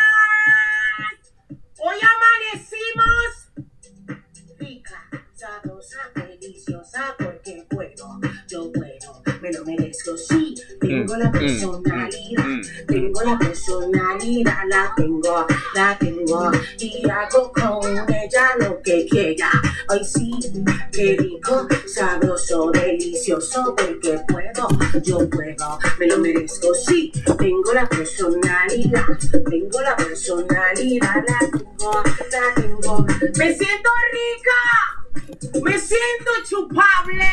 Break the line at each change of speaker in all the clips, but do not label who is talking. ¡Buenas! Hoy amanecimos rica, sabrosa, deliciosa, porque puedo, yo puedo, me lo merezco, sí. Tengo la personalidad, tengo la personalidad, la tengo, la tengo, y hago con ella lo que quiera. Ay, sí, qué rico, sabroso, delicioso, porque puedo, yo puedo, me lo merezco, sí. Tengo la personalidad, tengo la personalidad, la tengo, la tengo. Me siento rica, me siento chupable,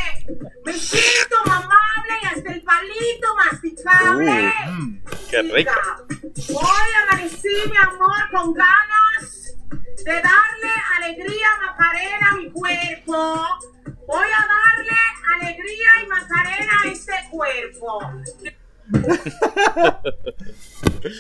me siento mamable y hasta el palito masticable.
Mm, qué rico.
Hoy amanecí, mi amor, con ganas de darle alegría macarena a mi cuerpo. Voy a darle alegría y macarena a este cuerpo.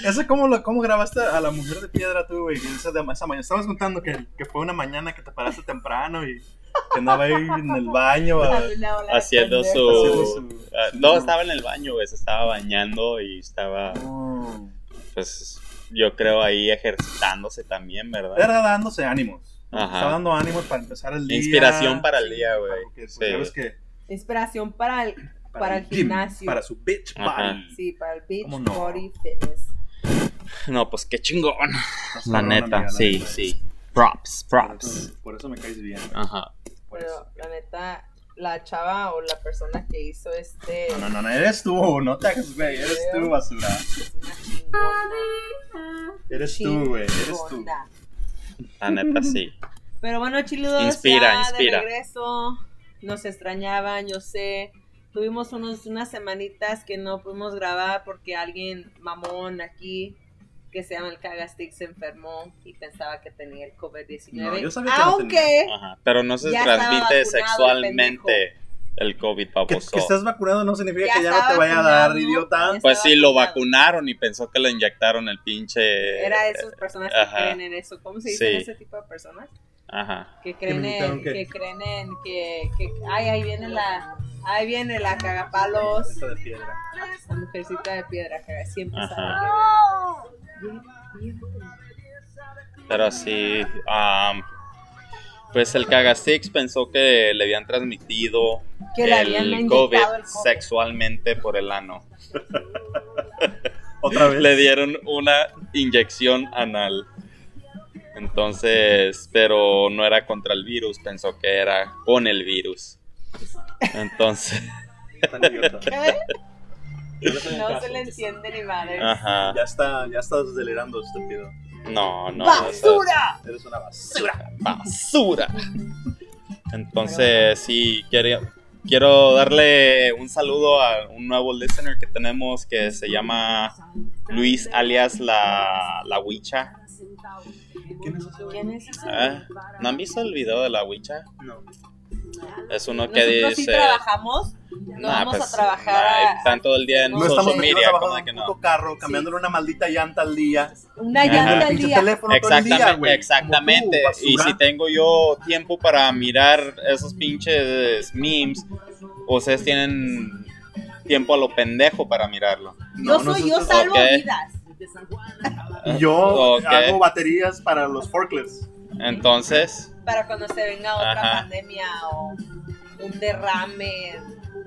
¿Ese cómo, lo, cómo grabaste a la mujer de piedra tú, güey? Esa, de- esa mañana. Estabas contando que, que fue una mañana que te paraste temprano y que andaba ahí en el baño. a-
né?
assim, é
Haciendo
Haciendo
su...
su-
ah,
su-
no, estaba en el baño, güey. Se estaba bañando y estaba,
Oh.
pues, yo creo ahí ejercitándose también, ¿verdad?
Era dándose ánimos.
Ajá.
Estaba dando ánimos para empezar el día.
Inspiración para el día,
Sí,
güey.
porque, pues,
Sí.
ya ves que
Inspiración para el, para el
gym,
gimnasio.
Para su bitch
Ajá.
body.
sí, para el beach
¿Cómo no?
body fitness.
No, pues qué chingón.
Estás
La
cabrón, amiga,
neta,
la
sí,
neta.
sí. Props,
Por
props.
eso, por eso me caes bien. güey.
Ajá.
Por
Pero
eso.
la neta, la chava o la persona que hizo este
No, no, no, no, eres tú, no te hagas, güey. Eres tú, basura.
es una chingona.
Eres tú, güey. Eres tú.
chingona.
La neta, sí.
Pero bueno, chiludos,
Inspira,
ya
inspira.
de regreso. Nos extrañaban, yo sé. Tuvimos unos, unas semanitas que no pudimos grabar porque alguien mamón aquí que se llama el Cagastic se enfermó y pensaba que tenía el COVID-19.
No, yo sabía que lo
Aunque
Ajá. Pero no se
Ya estaba
transmite
vacunado el
sexualmente el COVID,
Que,
baboso.
que estés vacunado no significa
Ya
que ya no te
estaba
vaya a
vacunado,
dar, idiota.
ya
Pues
estaba
sí, lo
vacunado.
vacunaron y pensó que le inyectaron el pinche.
era de esas personas que
Ajá.
creen en eso. ¿Cómo se dicen
Sí.
ese tipo de personas?
Ajá.
Que creen
me
en,
dijeron que-
que creen en que, que- ay, ahí viene la, ahí viene la cagapalos.
Esta de piedra.
La mujercita de piedra que siempre
Ajá.
sale.
Pero sí. am, pues el Cagastix pensó que le habían transmitido
Que le habían
el
inyectado
COVID,
el COVID.
sexualmente por el ano.
Otra vez.
Le dieron una inyección anal. Entonces, pero no era contra el virus, pensó que era con el virus. Entonces,
Tan idiota.
¿Qué?
No le hacen
No
caso.
se le entiende ni madre.
ajá.
Ya está, ya estás delirando, estúpido.
No, no. o sea,
¡Basura!
Eres una basura.
basura. Entonces, sí, quiero, quiero darle un saludo a un nuevo listener que tenemos que se llama Luis alias La, la Huicha.
¿Quién es ese güey?
¿Quién es ese?
Ah, ¿No han visto el video de La Huicha?
No.
Es uno que
Nosotros sí
dice...
trabajamos, no
"Nah,
vamos
pues,
a trabajar
nah,
a-
están todo el día en
No
No
social
estamos aquí
media,
trabajando
¿cómo de
en
que
un
no?
puto carro, cambiándole una maldita llanta al día.
una
Ajá.
cambiándole
llanta al
el pinche
día.
teléfono todo el
Exactamente,
día, güey.
exactamente.
Como tú,
y
basura.
si tengo yo tiempo para mirar esos pinches memes, ustedes tienen tiempo a lo pendejo para mirarlo.
Yo soy, yo
nosotros-
salvo
Ok.
vidas.
Y yo
Ok.
hago baterías para los forklifts.
Entonces,
Para cuando se venga otra
Ajá.
pandemia o un derrame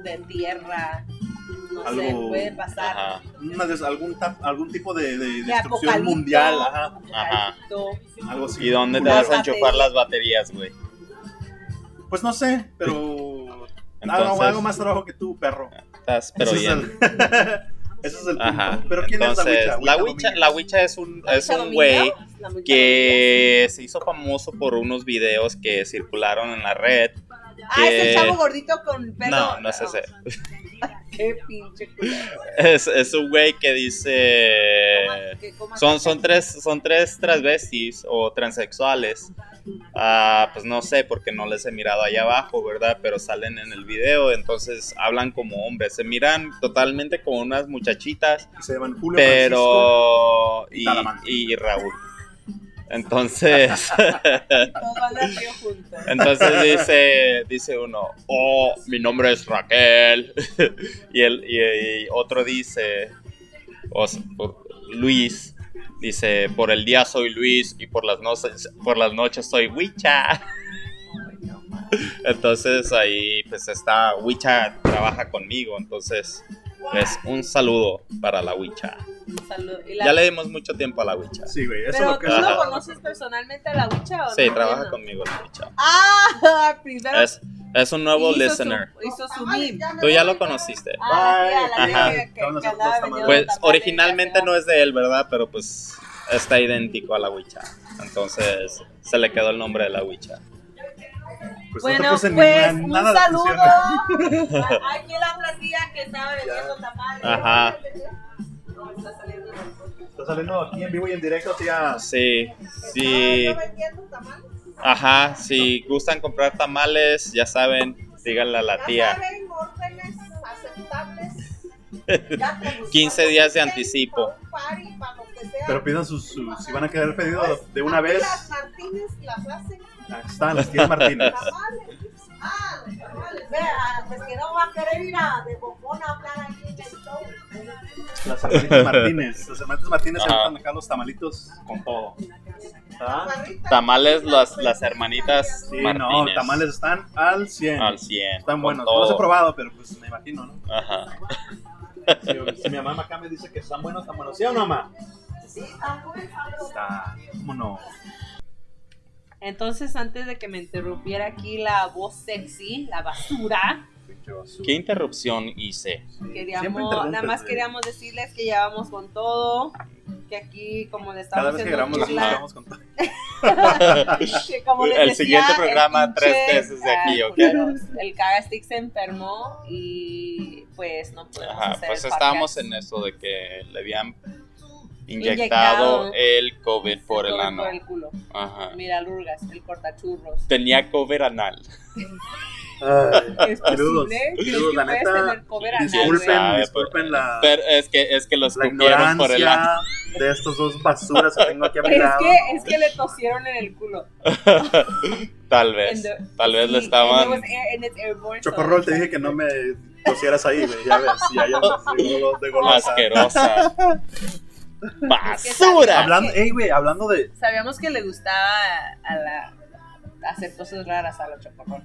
de tierra. No sé,
Algo-
puede pasar.
ajá,
Una des- algún, tap- algún tipo de, de
De
destrucción
apocalipto.
mundial. Ajá.
ajá.
Apocalipto.
Algo así.
¿Y dónde te
Las
vas a
baterías.
enchufar las baterías, güey?
Pues no sé, pero.
Entonces,
hago, hago Ah, más trabajo que tú, perro.
estás pero
Ese es
bien.
el- Ese es el punto.
Ajá.
Pero ¿quién
Entonces,
es la Ouija?
la Ouija, la Ouija es un es
Mucha
un
dominio,
güey
la mucha
que se hizo famoso por unos videos que circularon en la red.
dominio. Ah, es
que-
el chavo gordito con pelo.
No, no es ese.
Qué pinche culero.
Es, es un güey que dice.
Que coma
Eh, Son, son tres, son tres transvestis o transexuales. Ah, pues no sé, porque no les he mirado allá abajo, ¿verdad? Pero salen en el video, entonces hablan como hombres. Se miran totalmente como unas muchachitas,
Se llaman Julio Francisco.
pero. Y,
Talamante.
y Raúl. Entonces.
Todos van al río juntos.
Entonces dice, dice uno, oh, mi nombre es Raquel. y, el, y, y otro dice, o sea, por- Luis, dice, por el día soy Luis y por las noches, por las noches soy Wicha. Entonces ahí pues está, Wicha trabaja conmigo, entonces pues un saludo para la Wicha.
Un saludo. Y la-
Ya le dimos mucho tiempo a la Wicha.
Sí, güey, eso es
Pero
lo
tú
que...
Ajá.
lo conoces personalmente a la Wicha o no?
Sí, trabaja
Bueno.
conmigo la Wicha.
Ah, primero.
Es, es un nuevo
hizo
listener.
Su, hizo su meme.
Tú ya lo conociste.
Ah,
Bye.
ya, la
Ajá.
que- que- que
Vamos a hacer
andaba
los
vendiendo
Pues
tamales,
originalmente
ya
no es de él, ¿verdad? Pero pues está idéntico a la Wicha. Entonces se le quedó el nombre de la Wicha.
Pues no te
Bueno,
puse
pues
ni na-
un
nada de atención,
saludo
güey.
a- aquí la platilla que estaba vendiendo tamales.
Ajá.
No, está saliendo del podcast.
Está saliendo aquí en vivo y en directo, tía.
Ah, Sí, sí.
¿Estaba yo vendiendo tamales?
Ajá, si gustan comprar tamales, ya saben, díganle a la
Ya
tía.
saben, órdenes aceptables. Ya como
15
estamos
días de
bien,
anticipo.
pa' un party, pa' lo que sea.
Pero pidan sus, sus- si van a quedar pedido
Pues,
de una vez,
Las Martínez las hacen
aquí están las tías Martínez.
tamales. Ah, los tamales. Vea, pues que no va a querer ir a de bofón a hablar aquí en el show.
Las hermanitas Martínez. Las hermanitas Martínez se
Ajá.
aventan acá los tamalitos con todo. ¿Ah?
Barritas,
Tamales, las, las hermanitas
Sí, no,
Martínez.
tamales están al 100.
al 100.
Están
con
buenos. No
todo.
los he probado, pero pues me imagino, ¿no?
Ajá.
Si, si mi mamá acá me dice que están buenos, están buenos. ¿Sí o no, mamá?
Sí,
ah,
están muy sabrosas.
Está. ¿Cómo no?
Entonces, antes de que me interrumpiera aquí la voz sexy, la basura,
¿Qué interrupción hice?
Siempre
queríamos,
interrumpes,
nada más
güey.
queríamos decirles que ya vamos con todo, que aquí, como le estamos
Cada vez que
haciendo
grabamos, las
burla,
grabamos con todo.
que como les
El
decía,
siguiente programa,
pinche,
tres veces de aquí,
ah,
¿ok?
culeros, El Cagastick se enfermó y pues no pudimos
Ajá,
hacer
pues
el
estábamos
podcast.
en eso de que le habían inyectado,
Inyectado.
el COVID por el
Todo
ano.
Por el culo.
Ajá.
Mira, Lurgas, el cortachurros.
Tenía COVID anal.
¿Es
Ah, Saludos.
posible? ¿Crees
Saludos,
que
la
puedes
neta,
tener cover anal, güey?
Disculpen,
Sabe,
disculpen la,
Pero es que, es que los
Ah. la
cupieron pues, por el ano.
ignorancia de estos dos basuras que tengo aquí a mi
Es
lado.
que, es que le tosieron en el culo.
Tal vez.
And the-
Tal vez le
Sí, and it was
estaban.
air- and it's airborne, so-
Chocorrol, te dije que no me pusieras ahí, güey. Ya ves, ya, ya me de, de golosa.
Asquerosa.
Habla-
¡Basura!
Hablando, ey, güey, hablando de.
Sabíamos que le gustaba a la hacer cosas raras a la chocorrol.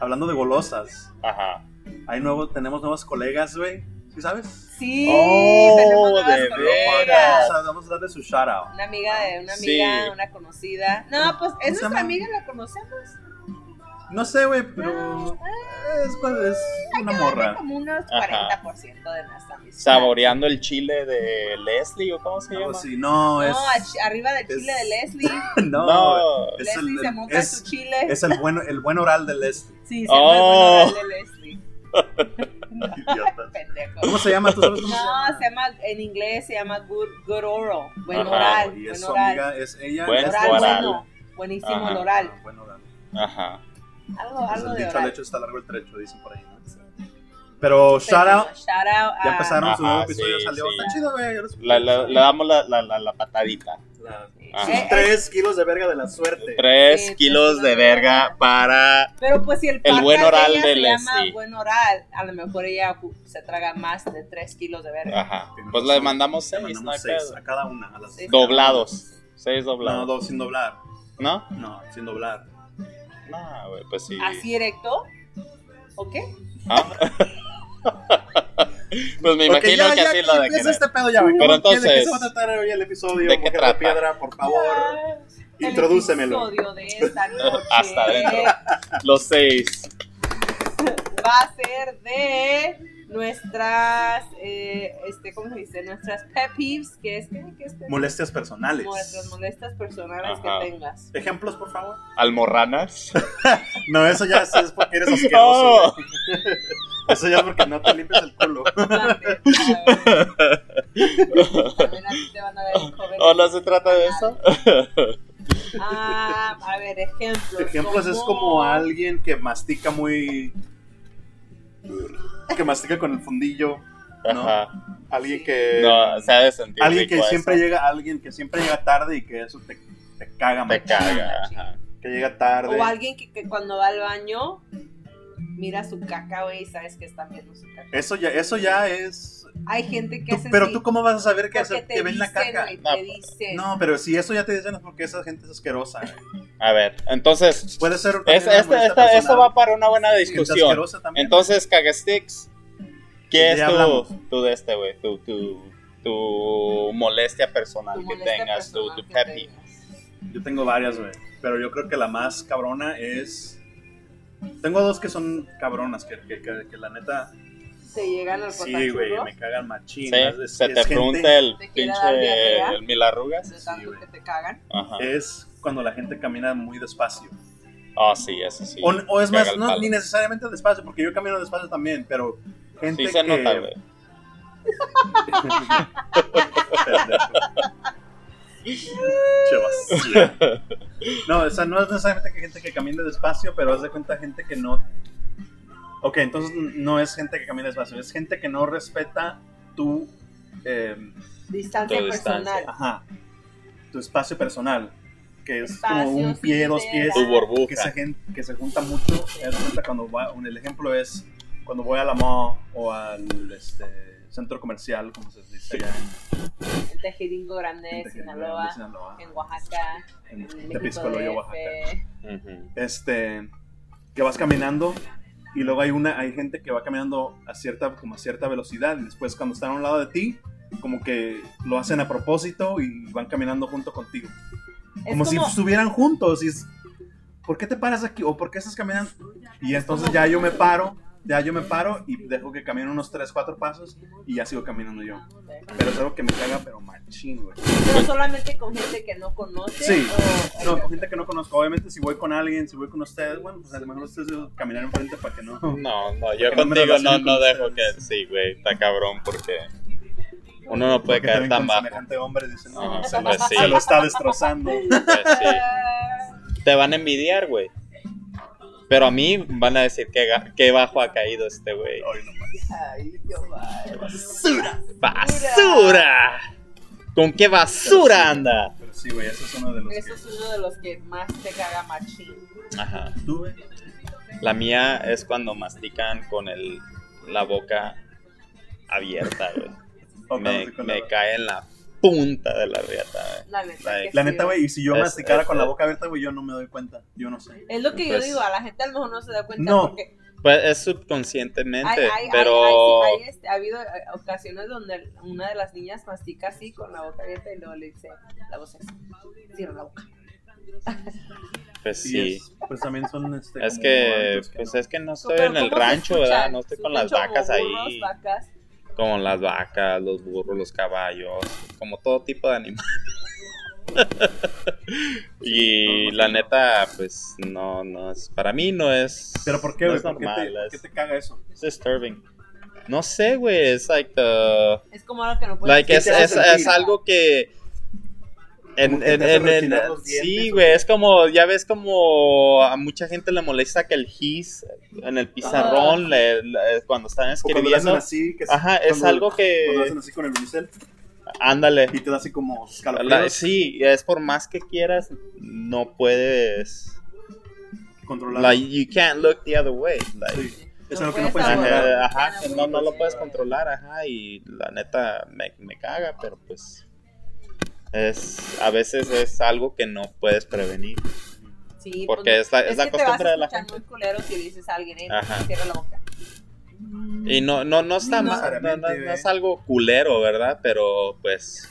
Hablando de golosas.
Ajá.
Ahí nuevo, tenemos nuevos colegas, güey. ¿Sí sabes?
Sí,
Oh,
tenemos nuevas
de
colegas.
veras.
Vamos a, vamos a darle su shout out.
Una amiga de una
Sí.
amiga, una conocida. No, pues
¿Cómo
es
se
nuestra
llama?
amiga, la conocemos.
No sé, güey, pero. Es, es una
Tiene
morra.
como unos
Ajá.
40% de nuestra amistad.
Saboreando el chile de Leslie, ¿o cómo se
Algo
llama?
así. No,
No, ah,
es.
ach- arriba del
es-
chile de Leslie.
No,
No.
es
Leslie
el-
se
el-
monta en
es-
su chile.
Es el buen, el buen oral de Leslie.
Sí, se
Oh.
llama el de Leslie.
Idiota.
Pendejo.
¿Cómo se llama? ¿Tú sabes cómo se
No,
llama?
se llama, en inglés se llama good, good oral, buen
Ajá,
oral,
Y
buen
es su
oral,
amiga, es ella.
Buen
es Ah,
oral,
oral.
bueno, buenísimo
Ajá.
el oral,
Buen oral.
Ajá.
algo,
Pues
algo
el
de
dicho al
oral.
hecho está largo el trecho, dicen por ahí. ¿no? Pero shout out,
Shout out
ya empezaron su nuevo
Ajá,
episodio,
sí,
salió.
sí.
Está chido, güey. yo lo escuché.
Le, le- le damos la, la, la, la patadita.
La-
Ajá.
Sus
Eh, eh,
tres kilos de verga de la suerte.
Tres
Sí,
kilos de
tres kilos de
verga
verga.
para.
Pero pues si el,
El buen
podcast
oral
de ella
de
se llama
Leslie.
buen oral, a lo mejor ella ju, se traga más de 3 kilos de verga.
Ajá. Pues le mandamos seis,
Le
¿no?
mandamos seis a cada una. A las
Sí.
Doblados. Seis
No,
doblados.
dos, sin doblar.
¿No?
No, sin doblar.
No, güey, pues sí.
Así erecto, ¿o qué?
Ah. pues me imagino
Ok, ya,
que
ya,
así
ya
lo de
empieza
querer.
este pedo ya, güey.
Pero
¿Cómo- qué- ¿De qué se va a
entonces,
tratar hoy el episodio?
¿de qué
Mujer
trata?
piedra, por favor.
El
introdúcemelo.
episodio de esta noche
Hasta adentro. Los seis.
va a ser de nuestras, eh, este, ¿cómo se dice? Nuestras pet peeves, que es, ¿qué, qué es pet peeve?
Molestias personales.
Nuestras molestias personales
Ajá.
que tengas.
Ejemplos, por favor.
Almorranas.
No, eso ya es, es porque eres asqueroso.
Oh.
güey. Eso ya es porque no te limpias el culo.
También, a ver. También a ti te van a dar el COVID.
¿O no se trata de eso?
Ah, a ver, ejemplos.
Ejemplos es como alguien que mastica muy. que mastica con el fundillo. No.
Ajá.
Alguien que.
No, se ha de sentir
alguien
rico
que
eso.
siempre llega. Alguien que siempre llega tarde y que eso te, te caga,
Te
macho.
caga. Ajá.
Que llega tarde.
O alguien que, que cuando va al baño mira su caca, güey, y sabes que están viendo su caca.
Eso ya, eso ya es
Hay gente que
Tú-
hace
pero
así
tú cómo vas a saber que,
porque
hace-
te
que ven la
dicen,
caca.
güey,
No,
te dicen.
No, pero si eso ya te dicen es porque esa gente es asquerosa. güey.
A ver, entonces,
Puede ser.
es,
también una
esta-
molesta
esta-
personal.
esto va para una buena
Gente
discusión.
asquerosa también.
Entonces, Cagasticks, ¿qué
Ya
es
hablamos.
tu, tu de este, güey? Tu, tu, tu molestia personal
Tu
que
molestia
tengas, tu,
personal
tu
que
peppy.
tengas.
Yo tengo varias, güey. Pero yo creo que la más cabrona es. Tengo dos que son cabronas, que, que, que- que la neta.
Se llegan al
Sí, güey,
potachudo
me cagan machín.
Sí,
Es- es-
se te
es gente-
pregunta el
Te quiere dar
pinche
diarrea.
el mil arrugas.
de
sí,
tanto
güey.
que te cagan.
Ajá.
Es cuando la gente camina muy despacio.
Ah, sí, eso sí.
O, o es
Pega
más,
el
no,
palo.
ni necesariamente despacio, porque yo camino despacio también, pero gente
Sí se
que...
nota, güey.
Che vacío. No, o sea, no es necesariamente que gente que camine despacio, pero haz de cuenta gente que no... Ok, entonces no es gente que camina despacio, es gente que no respeta tu... eh,
Distancia
Tu
personal.
distancia.
ajá, tu espacio personal, que es
Espacio,
como un pie, dos pies.
sillas.
Tu burbuja.
que se, gen- que se junta mucho. me doy cuenta cuando va, un, el ejemplo es cuando voy a la mall o al este, centro comercial, como se dice allá en-
El Tejiringo Grande,
en
Sinaloa,
Sinaloa,
en Oaxaca,
en
en México
Tepiscoloyo,
DF.
Oaxaca.
Ujú.
Este, que vas caminando y luego hay una hay gente que va caminando a cierta como a cierta velocidad y después cuando están a un lado de ti como que lo hacen a propósito y van caminando junto contigo.
Es
como, si estuvieran juntos. Y es, ¿Por qué te paras aquí? ¿O por qué estás caminando? Y entonces ya yo me paro, ya yo me paro y dejo que caminen unos 3, 4 pasos y ya sigo caminando yo. Pero es algo que me caga, pero machín, güey.
Pero solamente con gente que no conoce.
Sí.
o-
No, con gente que no conozco. Obviamente, si voy con alguien, si voy con ustedes, bueno, pues a lo mejor ustedes deben caminar enfrente para que no.
No, no, yo
Porque no me
contigo
relaciono
no,
con
no dejo que.
ustedes.
Sí, güey, está cabrón porque uno no puede
Porque
caer
también
tan
con
bajo.
semejante hombre dicen, no,
Ajá,
se, lo,
pues sí.
se lo está destrozando.
Pues, sí.
Ah,
Te van a envidiar, güey. Pero a mí van a decir que, ga- que bajo ha caído este güey.
Ay, no mames.
Ay, yo
¡Basura!
¡Basura! ¿Con qué basura anda?
Pero sí, güey, eso es uno de los
Eso es uno de los que más te caga machín.
Ajá.
que tuve.
La mía es cuando mastican con el, la boca abierta, güey.
O cuando
Me,
estoy con la-
me cae en la punta de la riata, güey.
La neta.
Like,
que
La
sí,
neta, güey, y si yo
Es-
masticara
es-
con la boca abierta, güey, yo no me doy cuenta. Yo no sé.
Es lo que
Pues-
yo digo, a la gente a lo mejor no se da cuenta
No.
porque
Pues es
hay,
subconscientemente,
hay, hay-
pero
hay- hay, este, ha habido eh, ocasiones donde una de las niñas mastica así con la boca abierta y luego le dice la voz así, cierra la boca.
pues
Y
sí.
es- pues también son este.
Es
como
que,
hábitos
pues
no.
es que no estoy
Pero
en el
¿cómo se
rancho,
escuchan?
¿verdad? No estoy con las
Escuchan como
vacas ahí,
burros, vacas.
con las vacas, los burros, los caballos, como todo tipo de animal. y
no, no,
la
no.
neta, pues no, no es, para mí no es.
Pero ¿por qué,
no
güey?
es
¿Por qué te-
normal,
¿Por qué
es
te caga eso?
it's disturbing. No sé, güey, es like the,
Es como algo que no puedes
like
¿qué
es,
te hace
es,
sentir?
es algo que en,
Como que te
en-
hace
en- en-
rechinar los
sí,
dientes,
güey, es como, ya ves como a mucha gente le molesta que el his en el pizarrón le- le- cuando están
O cuando lo hacen
escribiendo.
así, que
Ajá, es
cuando-
algo que-
Cuando lo hacen así con el unicel
Ándale.
y te da así como
La-
escalofríos
sí, es por más que quieras, no puedes.
controlados.
Like, you can't look the other way. like,
Sí. Es
No
algo que no puedes
puedes
ajá,
controlar.
ajá, que no, no lo
Sí.
puedes controlar, ajá, y la neta me, me caga, pero pues. Es, a veces es algo que no puedes prevenir.
Sí,
Porque
pues no.
es la- es la
que
costumbre de la
Te vas a escuchar muy culero si le dices a alguien, eh,
Ajá.
cierra la boca.
Y no, no, no está
No.
mal, no, no-
Necesariamente,
no es
¿eh?
algo culero, ¿verdad? Pero pues.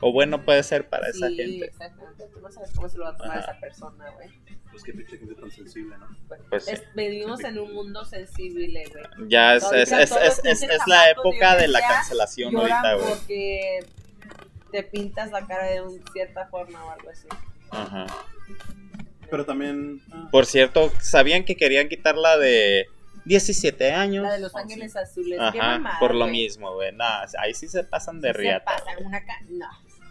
O bueno puede ser para esa
sí,
gente.
exactamente. Tú no sabes cómo se lo va a tomar
Ajá.
esa persona, güey.
Pues qué pinche gente tan sensible, ¿no?
Pues sí.
Es- Vivimos en un mundo sensible, güey.
Ya es, es,
ahorita
es-
todos
es- es-
dicen
es la
chamacos
época
de
de la
ya
cancelación
Lloran
ahorita, güey.
porque te pintas la cara de un- cierta forma o algo así.
Ajá.
Pero también. ah,
Por cierto, ¿sabían que querían quitar la de 17 años?
La de Los
Oh, sí.
Ángeles Azules. Qué
Ajá,
mamada,
por lo
güey.
mismo, güey. Nah, ahí sí se pasan de
Se
riata.
pasan una ca- No.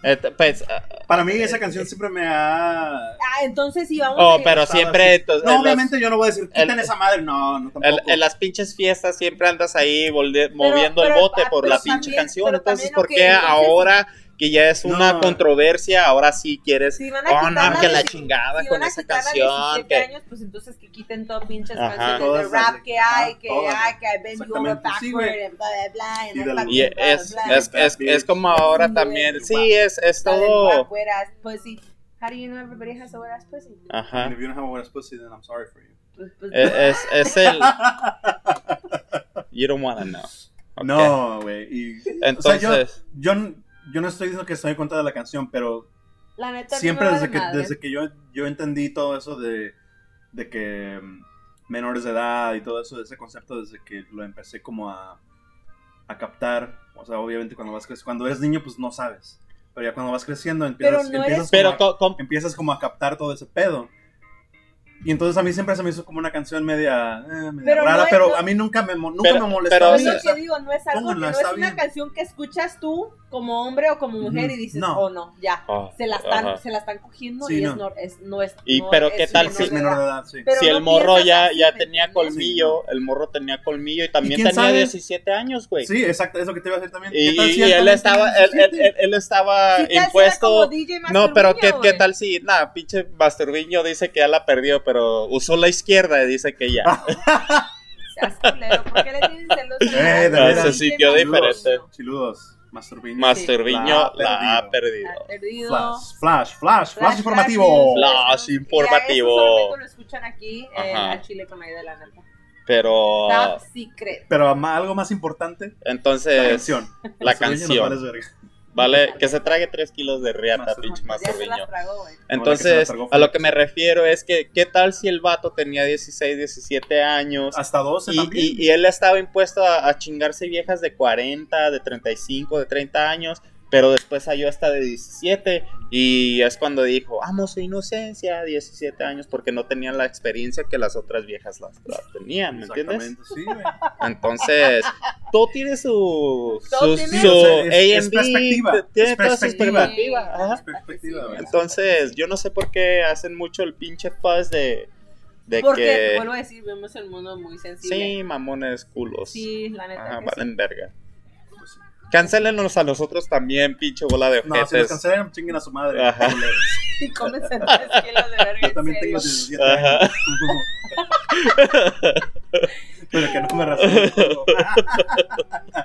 Eh, t- pues, ah,
Para mí esa canción siempre me ha.
Ah, entonces sí, vamos
oh,
a-
pero
estaba
siempre.
así.
entonces, en
No,
las-
obviamente yo no voy a decir, quiten
el-
esa madre. No, no
en,
tampoco.
en las pinches fiestas siempre andas ahí volde-
Pero-
moviendo el
pero-
bote
ah,
por
pero
la pinche
también-
canción.
pero
Entonces,
también,
¿por
ok,
qué
entonces-
ahora que ya es una
No.
controversia, ahora sí quieres,
Si van a
oh
quitar
no, que
de-
la chingada
si
con
van a
esa
quitar la de
canción,
17
que
años, pues entonces que quiten todo pinches
Ajá.
canciones de
Todas
rap
las de-
que hay,
ah,
que
todas.
hay, que I bend you over
Exactamente, sí, güey.
backward, and bla, bla, bla, and
Y
I
del-
fuck
y
you, bla,
es,
bla, bla.
es, es, es como ahora también, sí, es, es
La del
todo,
backward ass pussy. Pues How do you know everybody has a wet ass pussy?
ajá,
And if you don't have a wet ass pussy, then I'm sorry for you.
Pues, pues,
es, es, es el, you don't wanna know, Ok.
No, güey. y- o sea,
entonces,
yo- yo, n- yo no estoy diciendo que estoy en contra de la canción, pero
la neta, a mí
siempre
me
desde
vale
que,
madre.
desde que yo, yo entendí todo eso de, de que mm, menores de edad y todo eso, ese concepto, desde que lo empecé como a, a captar. O sea, obviamente cuando vas creciendo, cuando eres niño, pues no sabes. Pero ya cuando vas creciendo,
Pero
empiezas,
no
empiezas como
eres-
pero
a-
to- to-
empiezas como a captar todo ese pedo. Y entonces a mí siempre se me hizo como una canción media, eh, media
Pero no
rara,
es-
pero
no-
a mí nunca me, mo- nunca
Pero-
me molestó.
pero-
Es lo
o sea,
que digo, no es algo,
pónganla,
no es
está
una
bien.
canción que escuchas tú como hombre o como mujer
Ujú,
y dices,
no.
oh no, ya,
oh,
se la están,
ajá.
se la están cogiendo
Sí,
y es,
no.
no, es, no es.
Y,
no
pero,
es
¿qué tal
Sí,
menor
si-
es
de
menor de
edad.
edad, sí.
Pero
si
no
el morro
piensas
ya,
así,
ya
¿me
tenía
entiendes?
colmillo, el morro tenía colmillo y también
quién
tenía
sabe?
17 años, güey.
Sí, exacto, eso que te iba a decir también.
Y,
¿Qué tal si
y él
también
estaba,
tiene
él, él,
17?
él- él estaba
Sí, tal si era como
impuesto.
DJ más
No, pero ¿qué,
turbiño,
qué
güey.
tal si, nada, pinche Masturbiño dice que ya la perdió, pero usó la izquierda y dice que ya.
Ah,
Seas culero, ¿por qué le tienes celos a
Eh,
alguien?
de veras.
Ese
Sí,
sitio diferente.
Chiludos, Masturbiño.
Masturbiño
La ha
la ha perdido.
Ha perdido.
Flash, flash, flash, flash
Flash,
informativo.
flash
Flash
Y a
informativo.
eso solamente lo escuchan aquí en
Ajá. Ah.
al Chile con Aida la neta.
Pero,
Top secret.
Pero ma- algo más importante, la
entonces,
canción.
la
Masturbiño nos
canción,
vales verga.
vale, que se trague 3 kilos de riata,
Masturbiño.
pinche
Ya se las
Masturbiño.
tragó, güey.
Ahora que
Entonces,
se la tragó
a lo
Félix.
que me refiero es que, ¿qué tal si el vato tenía 16, 17 años?
Hasta 12
Y,
también.
y- y él estaba impuesto a, a chingarse viejas de 40, de 35, de 30 años, pero después halló hasta de 17 y es cuando dijo, amo su inocencia, 17 años, porque no tenía la experiencia que las otras viejas las, las tenían, ¿me entiendes?
Exactamente, sí, güey.
Entonces, todo tiene su, su,
Todo tiene-
su
O sea, es-
A&B,
es perspectiva,
tiene
es
todas sus
perspectiva.
perspectivas, ajá.
Es perspectiva, güey.
Entonces, yo no sé por qué hacen mucho el pinche fuzz de, de
Porque,
que...
vuelvo a decir, vemos el mundo muy sensible.
Sí, mamones culos.
Sí, la neta.
Ajá,
que sí.
valen verga.
Pues sí.
Cancélenos a nosotros también, pinche bola de
No, si los
ojetes.
cancelan, chinguen a su madre.
Ajá.
culeros.
Y cómense tres kilos de verga.
Yo
en
también tengo
serio.
17
Ajá.
años. Pero que no me raspen. el culo.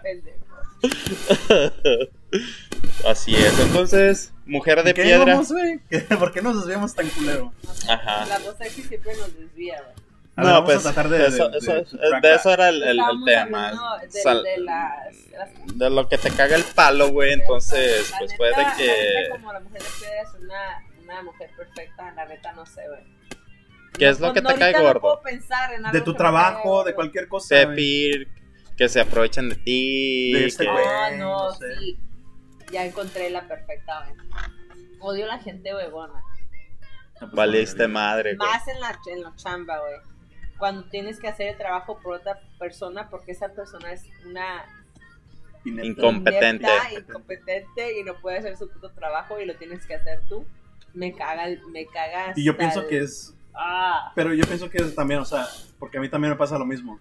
Pendejo.
Así es. Entonces, mujer de
¿Qué
piedra.
íbamos, güey? ¿Por qué nos desviamos tan culero?
Ajá.
La voz sexy siempre nos desvía, güey.
A
No,
ver, vamos
pues,
a tratar de, de-
eso,
de-
eso-
de-
eh, de eso era el, el- el
Estábamos
tema.
hablando de-
Sal-
de las- las-
de lo que te caga el palo, güey. Entonces,
La
pues
neta-
fue de
la neta,
que.
como la mujer de piedra es una, una mujer perfecta, la neta no sé, güey.
¿Qué es lo que
No,
te cae
ahorita no puedo
gordo?
pensar en algo
de tu
que me caiga
trabajo,
gordo.
de cualquier cosa. güey.
Tepir, que se aprovechan de ti.
De este
que-
güey.
Ah, no,
no sé.
sí. Ya encontré la perfecta, güey. Odio la gente huevona.
No, pues,
Valiste
madre.
madre, güey.
Más en la, en la chamba, güey. Cuando tienes que hacer el trabajo por otra persona porque esa persona es una
Y neta,
Incom- Competente.
inepta, incompetente y no puede hacer su puto trabajo y lo tienes que hacer tú. Me caga, el- me caga.
Y yo
hasta
pienso
el-
que es.
Ah,
Pero yo pienso que es también, o sea, porque a mí también me pasa lo mismo.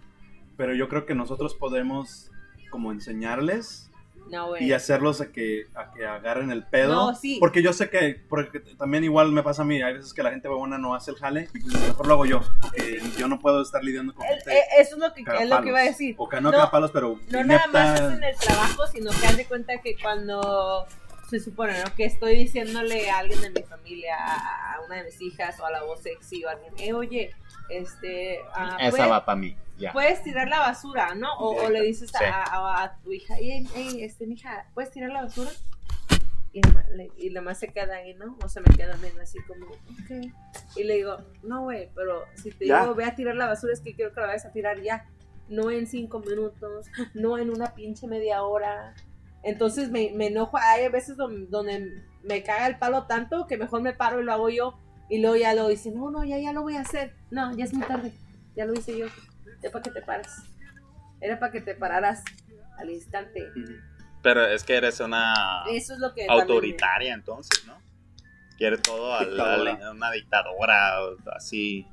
Pero yo creo que nosotros podemos, como, enseñarles
no, güey.
y hacerlos a que, a que agarren el pedo.
Pues. No, sí.
Porque yo sé que, porque también igual me pasa a mí, hay veces que la gente buena no hace el jale, y pues mejor lo hago yo, porque yo no puedo estar lidiando con
El-
gente
eh, eso es lo que, es lo
cagapalos.
que iba a decir.
O que no,
No,
cagapalos, pero
No nada
inepta.
más es en el trabajo, sino que haz de cuenta que cuando se supone ¿no? que estoy diciéndole a alguien de mi familia, a a una de mis hijas o a la voz sexy o a alguien, eh, oye, este, ah, pues, puedes,
para mí. Ya.
puedes tirar la basura, ¿no? O, o le dices a,
Sí.
a- a tu hija, hey, este, mija, ¿puedes tirar la basura? Y nomás, le- y nomás se queda ahí, ¿no? O se me queda viendo así como, ok. Y le digo, no, güey, pero si te
Ya.
digo, ve a tirar la basura, es que quiero que la vayas a tirar ya. No en cinco minutos, no en una pinche media hora. Entonces me, me enojo. Hay veces don- donde, me caga el palo tanto que mejor me paro y lo hago yo. Y luego ya lo dice, no, no, ya, ya lo voy a hacer. No, ya es muy tarde. Ya lo hice yo. Ya para que te pares. Era para que te pararas al instante.
Pero es que eres una
Eso es lo que. también-
autoritaria entonces, ¿no? Quiere todo a
Dictadora.
una dictadora, o así.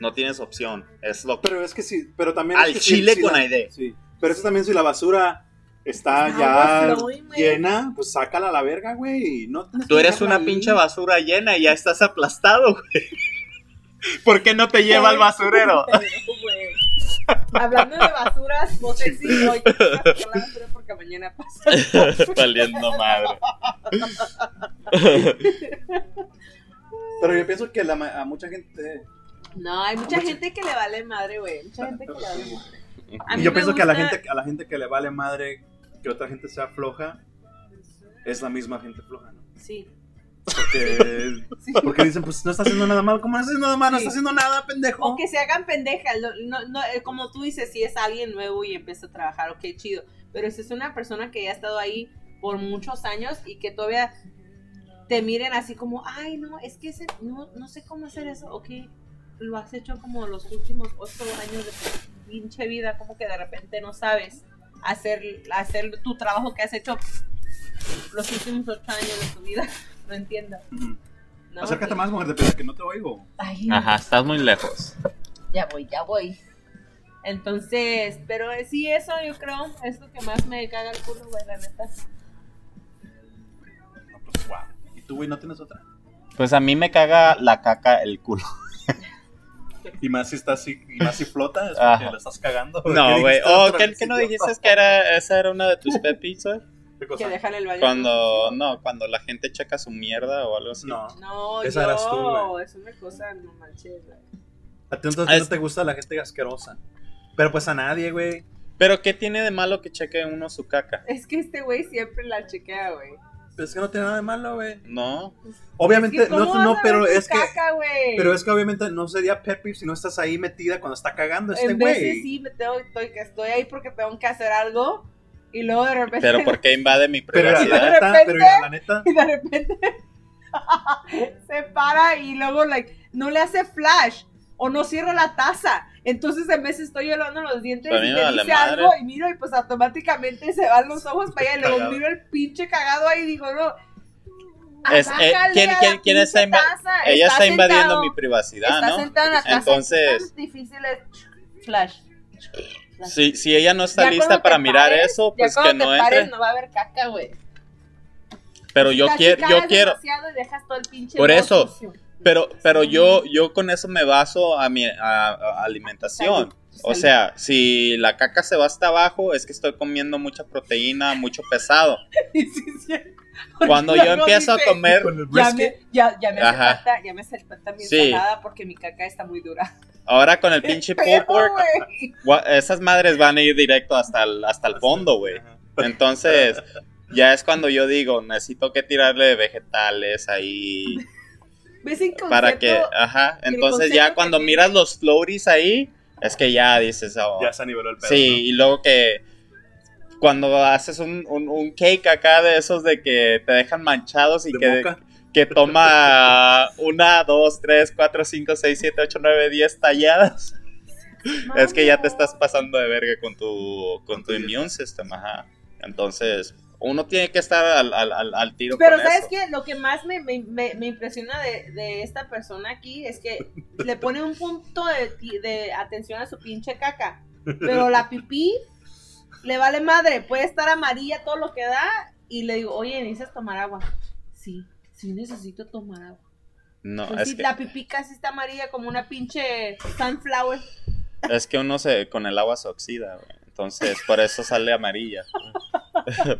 No tienes opción. Es lo que...
Pero es que sí, pero también.
Al
es que
chile
sí,
con
la-
Aide.
Sí. Pero eso también si la basura está
Ah,
ya
Agua flowing, güey.
llena, pues sácala a la verga, güey. y No tienes
Tú
que
eres
dejarla
una
ahí.
pinche basura llena y ya estás aplastado, güey. ¿Por qué no te lleva al basurero?
Güey. Hablando de basuras, vos exigís hoy que vas a sacar la basura porque mañana pasa.
Valiendo madre.
Pero yo pienso que la ma- a mucha gente.
No, hay mucha gente que le vale madre, güey. Mucha gente que le vale madre. A
ah, pues, Y
mí
yo
me
pienso que a la
gusta-
gente a la gente que le vale madre que otra gente sea floja es la misma gente floja, ¿no?
Sí.
Porque, porque dicen, pues no está haciendo nada mal, ¿cómo no está haciendo nada mal? No
Sí.
está haciendo nada, pendejo.
O que se hagan pendejas. lo- No, no, eh, como tú dices, si es alguien nuevo y empieza a trabajar, ok, chido. Pero si es una persona que ya ha estado ahí por muchos años y que todavía te miren así como, ay, no, es que ese- no, no sé cómo hacer eso, ok. Lo has hecho como los últimos ocho años de tu pinche vida, como que de repente no sabes hacer, hacer tu trabajo que has hecho los últimos ocho años de tu vida. No entiendo.
Ujú.
¿no?
Acércate más, mujer de pena, que no te oigo.
Ay,
Ajá, estás muy lejos.
ya voy, ya voy. Entonces, pero eh, sí, eso yo creo es lo que más me caga el culo, güey, la neta.
No, pues, guau. ¿Y tú, güey, no tienes otra?
Pues a mí me caga la caca el culo.
Y más si estás así, y más si flotas, porque
Ajá.
la estás cagando.
No,
¿Qué
güey.
dijiste
Oh,
otra
¿qué,
vez,
qué no
idiota?
dijiste que era, esa era una de tus pet peeves, güey?
¿Qué cosa?
Que dejan el baño.
Cuando, no, cuando la gente checa su mierda o algo así.
No.
No,
Esa
yo,
eras tú, güey.
es una cosa, no manches, güey.
A ti entonces
Ah, es-
no te gusta la gente asquerosa. Pero pues a nadie, güey.
Pero ¿qué tiene de malo que cheque uno su caca?
Es que este güey siempre la chequea, güey.
Pero es que no tiene nada de malo, güey.
No.
Obviamente,
Es que, ¿cómo
no, no,
vas a
pero
ver tu
es que.
caca, güey?
Pero es que obviamente no sería Pepe si no estás ahí metida cuando está cagando este
en veces
güey.
sí me tengo, estoy, que estoy ahí porque tengo que hacer algo y luego de repente
Pero ¿por qué invade mi
Pero la
privacidad?
neta,
repente-
pero mira, la neta.
y de repente se para y luego like, no le hace flash o no cierra la taza. Entonces en vez estoy llorando los dientes
Pero a mí
y
me
me
vale
dice
madre.
algo y miro y pues automáticamente se van los ojos para allá y luego
Cagado.
miro el pinche cagado ahí y digo, no.
Es- eh,
abájale
¿quién-
a la
quién- quién está
pinche
inva-
taza,
Ella está invadiendo
sentado,
mi privacidad,
Está
¿no?
sentada en la taza.
Entonces,
Tan difícil es flash.
si, si ella no está
Ya cuando
lista
te
para mirar
pares,
eso,
Ya
pues
cuando
que no
te pares
entre.
no va a haber caca, güey.
Pero yo
Casi
quiero, yo
cagas
quiero.
demasiado y dejas todo el pinche
Por
lodo
eso,
sucio.
Pero,
Mm.
pero yo, yo con eso me baso a mi a- a alimentación. O sea, si la caca se va hasta abajo, es que estoy comiendo mucha proteína, mucho pesado.
Sí, sí, sí.
Cuando yo
Luego
empiezo a
dice,
comer,
Con el
Ya
brisket.
me, ya, ya me hace
Ajá.
falta, ya me hace falta mi
Sí.
ensalada porque mi caca está muy dura.
ahora con el pinche pulled
Pero,
pork,
güey,
gua- esas madres van a ir directo hasta el, hasta el fondo, güey.
Ajá.
Entonces, ya es cuando yo digo, necesito que tirarle vegetales ahí
¿Ves el concepto?
para que, ajá,
el
entonces
concepto
ya
que
cuando
tiene.
miras los floaties ahí, es que ya dices, oh,
Ya se niveló el pedo.
sí, y luego que cuando haces un, un, un cake acá de esos de que te dejan manchados y
¿no? De
que,
moca.
que toma una, dos, tres, cuatro, cinco, seis, siete, ocho, nueve, diez talladas, es que ya te estás pasando de verga con tu, con tu immune system, ajá, entonces... Uno tiene que estar al, al, al- al tiro
Pero
con
¿sabes
eso.
qué? Lo que más me, me- me- me impresiona de, de esta persona aquí es que le pone un punto de, ti- de atención a su pinche caca. Pero la pipí le vale madre. Puede estar amarilla todo lo que da. Y le digo, oye, necesitas tomar agua. Sí, sí necesito tomar agua.
No,
Pues
es
sí,
que...
la pipí casi está amarilla como una pinche sunflower.
Es que uno se, con el agua se oxida, güey. Entonces, por eso sale amarilla.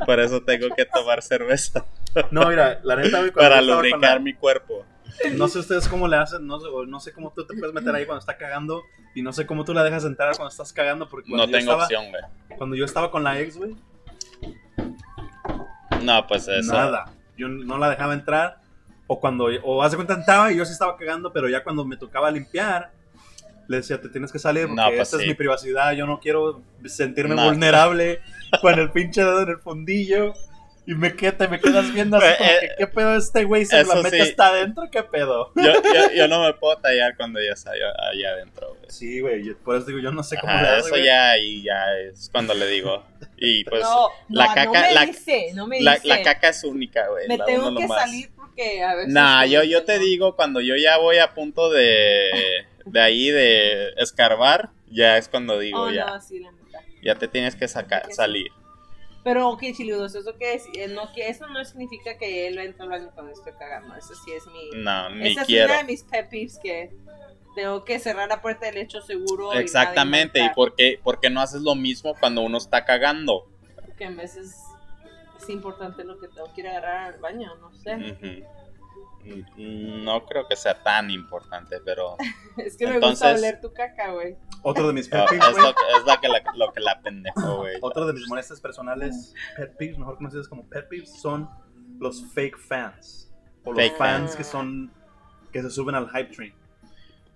por eso tengo que tomar cerveza
No, mira, la neta, güey, cuando
para
yo estaba con la-
lubricar mi cuerpo.
No sé ustedes cómo le hacen, no sé, o no sé cómo tú te puedes meter ahí cuando está cagando y no sé cómo tú la dejas entrar cuando estás cagando porque cuando,
No
yo,
tengo
estaba,
opción, güey.
cuando yo estaba con la ex, güey,
No, pues eso.
nada. Yo no la dejaba entrar o cuando, o hace cuenta estaba y yo sí estaba cagando, pero ya cuando me tocaba limpiar, le decía, te tienes que salir porque
No, pues
esta
sí.
es mi privacidad, yo no quiero sentirme
No.
vulnerable con el pinche dedo en el fondillo. Y me quedas, te me quedas viendo así
Eh,
como
eh,
que, ¿qué pedo este güey? ¿Se
eso
la mete
sí.
hasta adentro? ¿Qué pedo?
Yo, yo, yo no me puedo tallar cuando ya está allá, allá adentro, güey.
Sí, güey, yo- por eso digo, yo no sé cómo le
Ajá,
haces,
Ah, eso
güey.
ya, y ya es cuando le digo. Y pues
no,
la
no, no
caca-
me
la-
dice, no me
la,
dice.
la caca es única, güey.
me
la uno
tengo
lo
que
más.
salir porque a veces...
Nah, yo, yo te
tengo-
digo, cuando yo ya voy a punto de, de ahí, de escarbar, ya es cuando digo,
Oh,
ya.
no, sí, la neta.
Ya te tienes que sacar, salir.
Pero, ok, chilidos, eso que es, eh, no, que eso no significa que él entra al baño cuando estoy cagando. Eso sí es mi.
No, ni
esa es
quiero.
una de mis pet peeves que tengo que cerrar la puerta del hecho seguro. y nadie
Exactamente, ¿y
entrar,
por qué, por qué no haces lo mismo cuando uno está cagando?
Porque a veces es importante lo que tengo que ir a agarrar al baño, no sé.
Ujú. Mm, No creo que sea tan importante, pero
Es que me gusta
Entonces-
oler tu caca, güey.
Otro de mis
no,
pet peeves,
es,
güey.
lo, que- es la que la, lo que la pendejo, güey.
Otro de mis molestias personales, pet peeves, mejor conocidos como pet peeves, son los fake fans. O los
Fake
fans
fans.
que son. que se suben al hype train.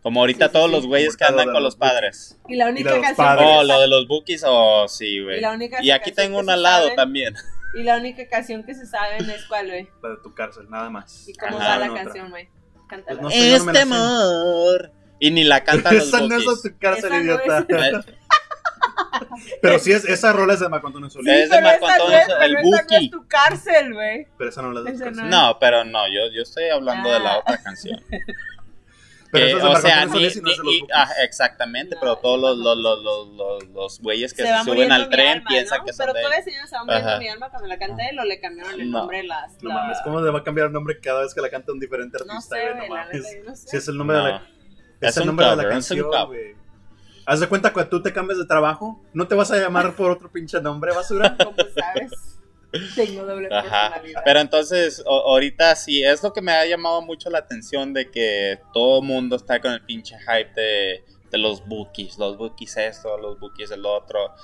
Como ahorita
Sí, sí,
todos
sí.
los güeyes que
Como
andan
lo de
con
los
los padres.
Y la
de
única
los
canción. que
padres.
Oh,
se
lo
sabe-
de los bookies, oh, sí,
y
güey.
la única
Y aquí
canción
tengo
que
una
se
al lado
saben-
también.
Pues
Y la única canción que se saben es cuál, güey.
La de tu cárcel, nada más.
Y
No
cómo
Ajá.
va la
saben otra.
canción, güey.
Pues
Cántala.
no sé, yo no me la sé.
amor. Y ni la cantan los
Esa no es
bookies.
de tu cárcel,
Esa no
idiota.
Eh,
Pero sí, es, esa rola es de Marco Antonio Solís.
Es de
Pero
Marco
esa no
Antonio,
es- pero
el
esa no
Buki.
es tu cárcel, güey.
Pero esa no la de tu
Esa
cárcel.
no.
No, pero no, yo, yo estoy hablando de la
Ah.
otra canción.
Pero
Que,
esa es de
o
Marco
sea,
Antonio Solís y no
ni-
es de los
ni-
Bukis.
ah, exactamente,
No,
pero todos los,
no.
los, los, los, los, los güeyes que
se
se,
va
suben
muriendo
al
mi
tren
alma,
piensan
¿no?
que
Pero
son de
todavía el señor se va muriendo
Ajá.
mi alma cuando la canta él o le cambiaron el
No.
nombre las.
No
la-
mames, ¿cómo le va a cambiar el nombre cada vez que la canta un diferente artista?
No sé,
güey?
güey,
No
la
mames.
neta, yo no sé.
Si es el nombre de la,
No.
es
Es
el
un
nombre de la
cover, es un
canción,
cover.
güey. Haz de cuenta que tú te cambias de trabajo, no te vas a llamar por otro pinche nombre, basura.
Como sabes, tengo doble
Ajá.
personalidad.
Pero entonces, o- ahorita sí, es lo que me ha llamado mucho la atención de que todo mundo está con el pinche hype de, de los bookies, los bookies esto, los bookies el otro,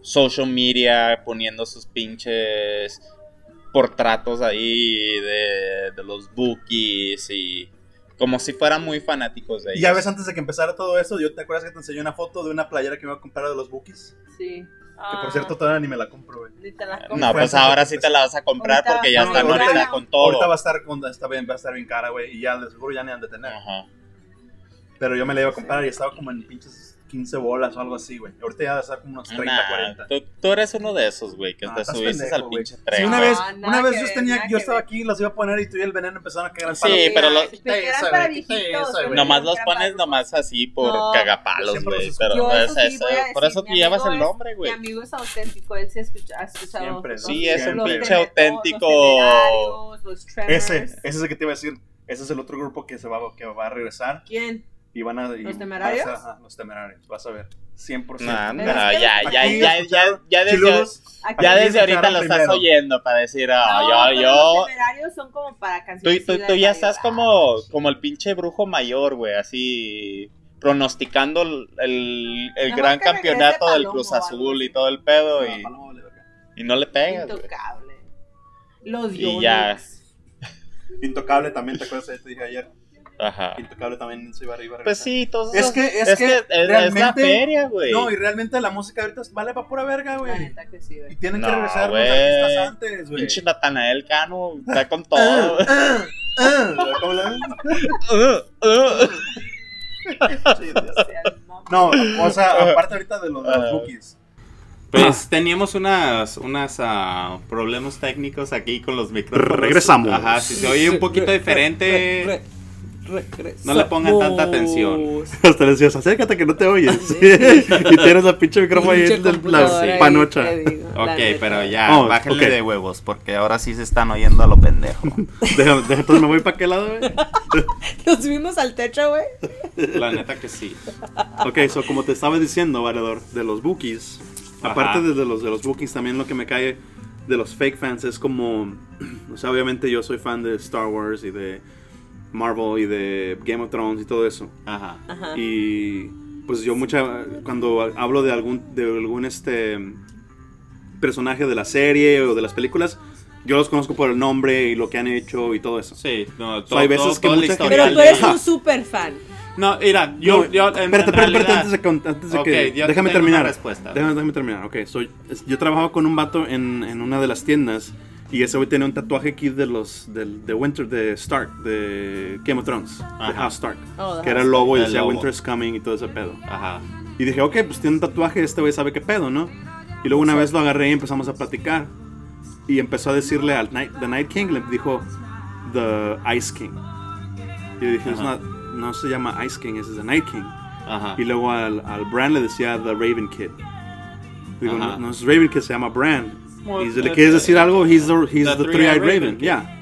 social media poniendo sus pinches portratos ahí de, de los bookies y como si fueran muy fanáticos de ellos.
Y ya ves, antes de que empezara todo eso, yo te acuerdas que te enseñé una foto de una playera que me iba a comprar de los Bookies.
Sí. Ah,
Que por cierto, todavía ni me la compro, güey.
Ni te las
No,
compro.
pues ahora sí te la vas a comprar
Ahorita
porque ya
no,
están
ahorita-
ahorita con
Ahorita va
todo.
a estar con, está bien, va a estar bien cara, güey. Y ya de seguro ya ni han de tener.
Ajá.
Pero yo me la iba a comprar y estaba como en pinches 15 bolas o algo así, güey. Ahorita ya debe estar como unos 30,
Nah,
40.
Ah, tú, tú eres uno de esos, güey, que
Ah,
te
estás
subiste
pendejo,
al
güey.
pinche
Sí,
tren.
una
güey.
vez,
nada
una
que
vez yo,
ver,
tenía,
nada
yo
que
estaba
ver.
aquí, los iba a poner y tú y el veneno empezaron a cagar al
Sí,
palo.
pero los-
si te quedan para viejitos, pero
Nomás
no
los
para
pones
grupos.
nomás así por
No.
cagapalos,
Siempre
güey.
los
Pero
escucho. Yo eso
no es
sí
eso.
voy a
Por
decir,
eso
mi
tú llevas
amigo
el
es-
nombre,
Mi
güey.
amigo es auténtico, él sí escucha, ha escuchado.
Siempre,
todos
Sí,
los-
es un
los
pinche
Teletón,
auténtico.
Los, temerarios, los Tremors.
Ese, ese es el que te iba a decir. Ese es el otro grupo que se va, que va a regresar
¿Quién?
y van a... y
¿Los temerarios?
vas a- ajá, los temerarios, vas a ver. 100%.
No, no,
Pero es que-
ya, ya,
Aquí
ya, ya,
escucharon,
ya desde,
Chiludos,
Aquí-
ya
aquí
desde ahorita
escucharon
lo estás
primero.
oyendo para decir, ah,
No,
yo,
pero Los
yo.
temerarios son como para
Tú,
canciones.
tú-
así
tú
de
ya estás
variedad.
como, como el pinche brujo mayor, güey, así pronosticando el, el- el
Mejor
gran
que regrese
campeonato del
Palomo
Cruz
o algo
Azul y
así.
todo el pedo y,
Ah, no, vale, verga.
y no le pegas. güey.
Intocable. Los
Y ya.
Yonix.
Intocable también, ¿te acuerdas? Te dije ayer.
Ajá.
Intocable también se iba arriba.
Ah. Pues sí, todos
Es
esos-
que, es,
es
que,
que es- es la
realmente-
feria, güey.
No, y realmente la música ahorita vale para pura verga,
La
güey.
neta que sí,
Y
güey.
tienen
No,
que regresar
güey.
los artistas antes, güey. Ah,
Pinche Natanael Cano está con todo.
¿Cómo la ves?
O sea, no.
No, o sea, aparte ahorita de los, de los
Ah.
bookies.
Pues teníamos unas, unas ah, problemas técnicos aquí con los micrófonos.
Regresamos.
Ajá, si se oye un poquito diferente, no le pongan tanta atención.
Hasta les decías, acércate que no te oyes. y tienes la pinche micrófono
Pinche computadora ahí, te digo, la
Ok,
neta.
pero ya,
Oh,
bájenle
ok.
de huevos, porque ahora sí se están oyendo a lo pendejo.
entonces me voy para qué lado, güey.
Nos subimos al techo, güey.
La neta que sí.
Ok, so como te estaba diciendo, Valedor, de los bookies,
Ajá.
aparte de, de los de los bookies, también lo que me cae de los fake fans es como, o sea, obviamente yo soy fan de Star Wars y de Marvel y de Game of Thrones y todo eso.
Ajá.
Ajá.
Y pues yo mucha, cuando hablo de algún, de algún este personaje de la serie o de las películas, yo los conozco por el nombre y lo que han hecho y todo eso.
Sí, no,
So, hay veces que
todo el
mucha gente-
historial
Pero tú
de-
eres un super fan.
No, mira, yo,
No,
yo en- en
espérate, espérate, espérate,
realidad-
antes de, con- antes de
Ok,
que.
yo
Déjame
tengo una
terminar.
respuesta.
Déjame, déjame terminar. Ok, so, es- yo trabajo con un vato en, en una de las tiendas y ese güey tiene un tatuaje aquí de los. del- de Winter, de Stark, de Game of Thrones,
Ajá.
de House Stark.
Oh, the
que era
House
el logo y
El
decía
logo.
Winter's Coming y todo ese pedo.
Ajá.
Y dije, ok, pues tiene un tatuaje, este güey sabe qué pedo, ¿no? Y luego una vez lo agarré y empezamos a platicar. Y empezó a decirle al Night, The Night King, le dijo The Ice King. Y yo dije, "It's
Ajá.
not- no se llama Ice King, ese es The Night King.
Ajá.
Y luego al, al Brand le decía The Raven Kid. Digo,
Ajá.
no, no es Raven Kid, se llama Brand.
He's- ¿Le quieres decir algo? He's the, he's the three-eyed raven, yeah.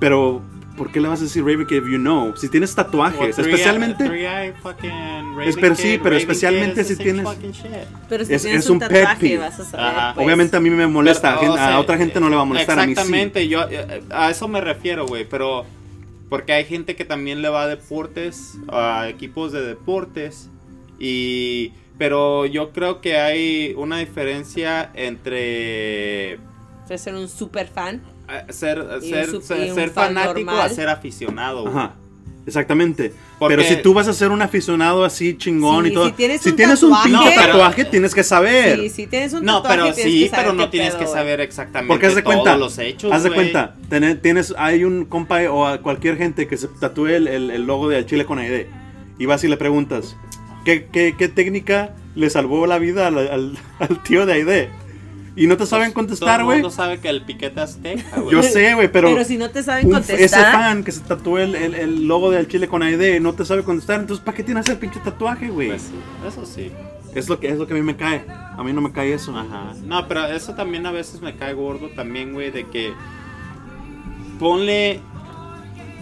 Pero, ¿por qué le vas a decir raven que if you know? Si tienes tatuajes, especialmente... Es- pero sí, pero especialmente si tienes-
Pero si
Es-
tienes
es
un,
un pet
tatuaje,
peeve.
vas a saber.
Ajá.
pues.
Obviamente a mí me molesta, a,
Pero,
gen-
o sea,
a otra gente no le va a molestar, a mí sí.
Exactamente, yo eh, a eso me refiero, güey, pero porque hay gente que también le va a deportes, a equipos de deportes y pero yo creo que hay una diferencia entre eh,
Puedes ser un super fan.
ser
Y
ser,
un sup- y
ser,
un
ser
fan
fanático a
normal.
ser aficionado. güey.
Ajá, exactamente.
Porque-
Pero si tú vas a ser un aficionado así chingón
Sí,
y todo,
si tienes un
pinche
tatuaje-
No, pero-
tatuaje, tienes que saber.
Sí, si tienes un
No,
tatuaje,
pero
tienes
sí,
que saber
pero no
qué
tienes
pedo,
que
güey.
saber exactamente
Porque haz de
todos
cuenta,
los hechos,
haz de
güey.
cuenta, tener- tienes, hay un compa o a cualquier gente que se tatúe el, el- el logo de Al Chile con ID y vas y le preguntas, ¿qué, qué, qué técnica le salvó la vida al, al- al tío de ID? Y no te saben contestar,
Pues, Todo el
güey.
mundo sabe que el piquete azteca, güey.
Yo sé, güey, pero,
Pero, si no te saben
un- ese
contestar,
fan que se tatúe el, el- el logo de Al Chile con ID no te sabe contestar, entonces ¿para qué tienes el pinche tatuaje, güey?
Pues sí, eso sí.
Es lo que es lo que a mí me cae. A mí no me cae eso.
Ajá. No, pero eso también a veces me cae gordo también, güey, de que ponle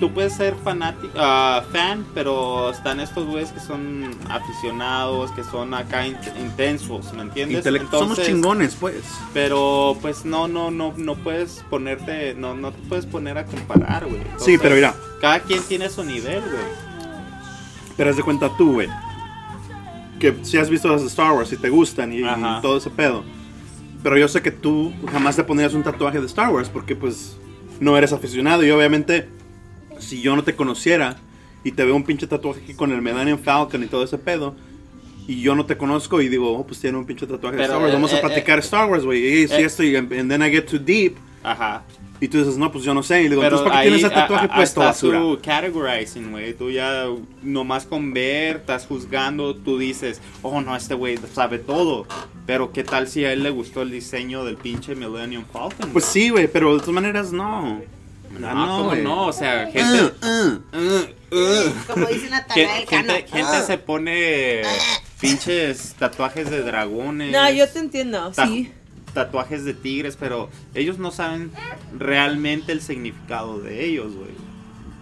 tú puedes ser fanático fan, pero están estos güeyes que son aficionados, que son acá in- intensos, ¿me entiendes?
Intele- Somos chingones, pues.
Pero pues no no no no puedes ponerte no no te puedes poner a comparar, güey.
Sí,
Entonces,
pero mira.
cada quien tiene su nivel, güey.
Pero haz de cuenta tú, güey. Que si has visto las de Star Wars y te gustan y, y
Ajá.
todo ese pedo. Pero yo sé que tú jamás te pondrías un tatuaje de Star Wars porque pues no eres aficionado. Y obviamente, si yo no te conociera y te veo un pinche tatuaje aquí con el Medallion Falcon y todo ese pedo. Y yo no te conozco y digo, oh, pues tiene un pinche tatuaje de
Pero,
Star Wars.
eh,
Vamos
eh,
a platicar Star Wars, güey. Y si
eh.
esto, y and then I get too deep.
Ajá.
Y tú dices, no, pues yo no sé. Y le digo, entonces, ¿para qué
ahí
tienes el
a-
tatuaje
a-
puesto,
hasta
basura?
su categorizing, güey. Tú ya nomás con ver, estás juzgando, tú dices, oh no, este güey sabe todo. Pero qué tal si a él le gustó el diseño del pinche Millennium Falcon.
Pues sí, güey, pero de todas maneras, no.
güey?
No,
no,
no,
¿cómo
güey.
no, o sea, gente.
Uh, uh. Ah.
uh, uh.
Como dice
Gen-
Natanael Cano.
gente, gente se pone pinches tatuajes de dragones.
no, yo te entiendo,
ta-
sí.
Tatuajes de tigres, pero ellos no saben realmente el significado de ellos, güey.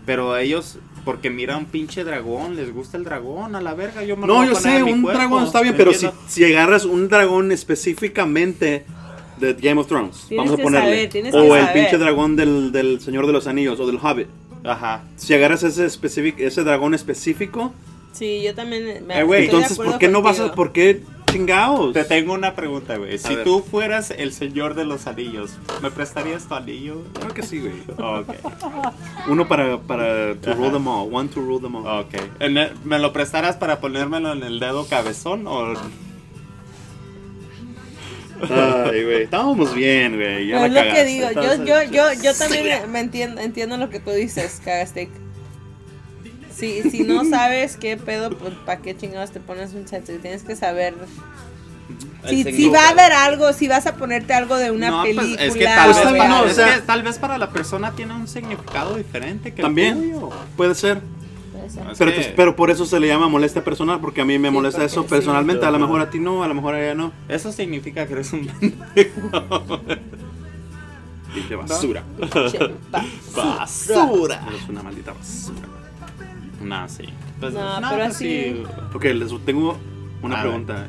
Pero ellos, porque mira un pinche dragón, les gusta el dragón, a la verga. Yo me lo
No,
voy a
yo
poner
sé,
en mi
un
cuerpo,
dragón está bien,
¿me
pero si,
entiendes?
si agarras un dragón específicamente de Game of Thrones,
Tienes
vamos a
que
ponerle.
saber, tienes
o
que
el
saber.
pinche dragón del, del Señor de los Anillos o del Hobbit.
Ajá.
Si agarras ese, específic- ese dragón específico,
Sí, yo también me
Eh, güey,
estoy de
entonces,
acuerdo
¿por qué no vas a.?
contigo.
¿Por qué chingados?
Te tengo una pregunta, güey. Si
ver.
tú fueras el señor de los anillos, ¿me prestarías tu anillo?
Creo que sí, güey.
Ok,
Uno para, para to
Ajá.
rule them all. One to rule them all.
ok. En el- ¿Me lo prestarás para ponérmelo en el dedo cabezón o
Ay, güey. Estábamos bien, güey. Ya
Pero es
la
lo que
cagaste.
digo, yo,
Estabas-
yo, yo, yo también me entiendo, entiendo lo que tú dices, cagaste. Si, si no sabes qué pedo, pues para qué chingados te pones un chat. Tienes que saber. Si, si va a haber algo, si vas a ponerte algo de una
No, pues,
película.
es que tal,
Pues
vez
está bien,
para,
no, o
es
sea-
que tal vez para la persona tiene un significado diferente que el
También.
tuyo.
Puede ser.
Puede ser.
Es
Pero,
que-
pues, pero por eso se le llama molestia personal, porque a mí me
Sí,
molesta
porque
eso
sí.
personalmente. A lo
Ajá.
mejor a ti no, a lo mejor a ella no.
Eso significa que eres un pendejo.
Dije basura.
Che, va.
basura.
Eres una maldita basura.
No, sí. Pues,
No, Ah, pero
pues
así-
Ok, les tengo una
A ver.
pregunta.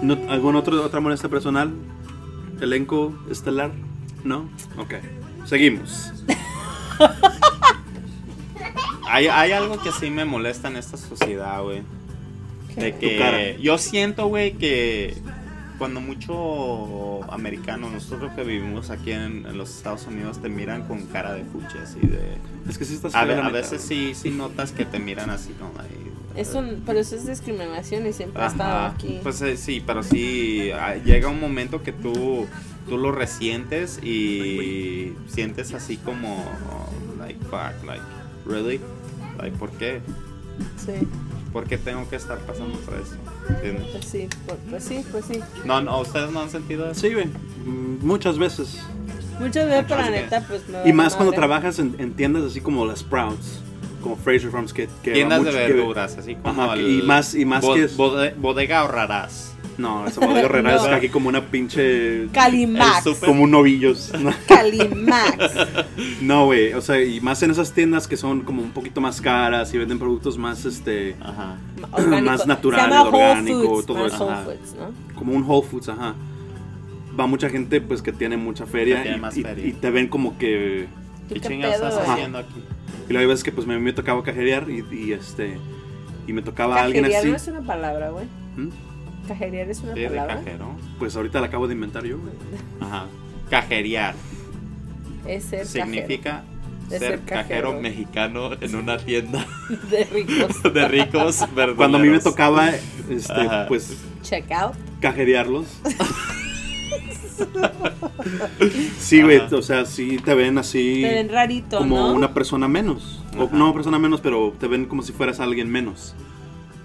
¿No, ¿Alguna otra otra molestia personal? ¿Elenco estelar? ¿No? Ok. Seguimos.
Hay, hay algo que sí me molesta en esta sociedad, güey. De
Tu cara.
que yo siento, güey, que cuando mucho americano, nosotros que vivimos aquí en, en los Estados Unidos, te miran con cara de fuche, así de...
Es que sí estás
A,
fea
ve-
la
a
neta,
veces sí,
güey.
sí notas que te miran así como ahí.
Es un, pero eso es discriminación y siempre ha
Ajá.
estado aquí.
Pues eh, sí, pero sí ah, llega un momento que tú, tú lo resientes y sientes así como oh, like fuck, like really, like por qué,
sí,
por qué tengo que estar pasando por eso. ¿Entiendes?
pues sí, por- pues sí, pues sí.
No, no, ustedes no han sentido eso.
Sí, güey. Mm, Muchas veces.
Muchas veces, por la
Así que-
neta, pues me
Y
vale
más cuando
madre.
trabajas en, en tiendas así como las Sprouts, como Fraser Farms, que, que va
Tiendas de
mucho- que-
verduras, así como
Ajá,
el-
y más- y más que es-
bode- bodega ahorrarás.
No, esa Valeria Herrera
No.
está aquí como una pinche.
Calimax.
El super-
Como un novillos. No,
Calimax.
No, güey. o sea, y más en esas tiendas que son como un poquito más caras y venden productos más, este.
Ajá.
Orgánico.
Más natural,
Se llama Whole
orgánico,
Foods.
todo
más
eso.
Whole
Ajá.
Foods, ¿no?
Como un Whole Foods, ajá. Va mucha gente, pues, que tiene mucha feria.
Que tiene
y-
más
y-
feria.
y te ven como que.
¿Tú
¿Qué
qué
chingados
pedo,
estás
güey?
Ajá.
haciendo aquí?
Y luego hay veces que pues me, me tocaba cajerear y, y, este y me tocaba alguien
Cajerear
así.
no es una palabra, güey.
¿Mm?
Cajerear es una
Sí, de
palabra.
cajero.
Pues ahorita la acabo de inventar yo, güey.
Ajá. Cajerear.
Es ser
Significa
De
ser,
ser
cajero.
cajero.
mexicano en una tienda
cajero. De ricos.
de ricos verdaderos.
Cuando a mí me tocaba
Ah,
este
Ajá.
pues
Check out.
cajerearlos. sí, güey,
Ajá.
o sea, sí te ven así
Te ven rarito,
como
¿no?
una persona menos. O
Ajá.
no persona menos, pero te ven como si fueras alguien menos.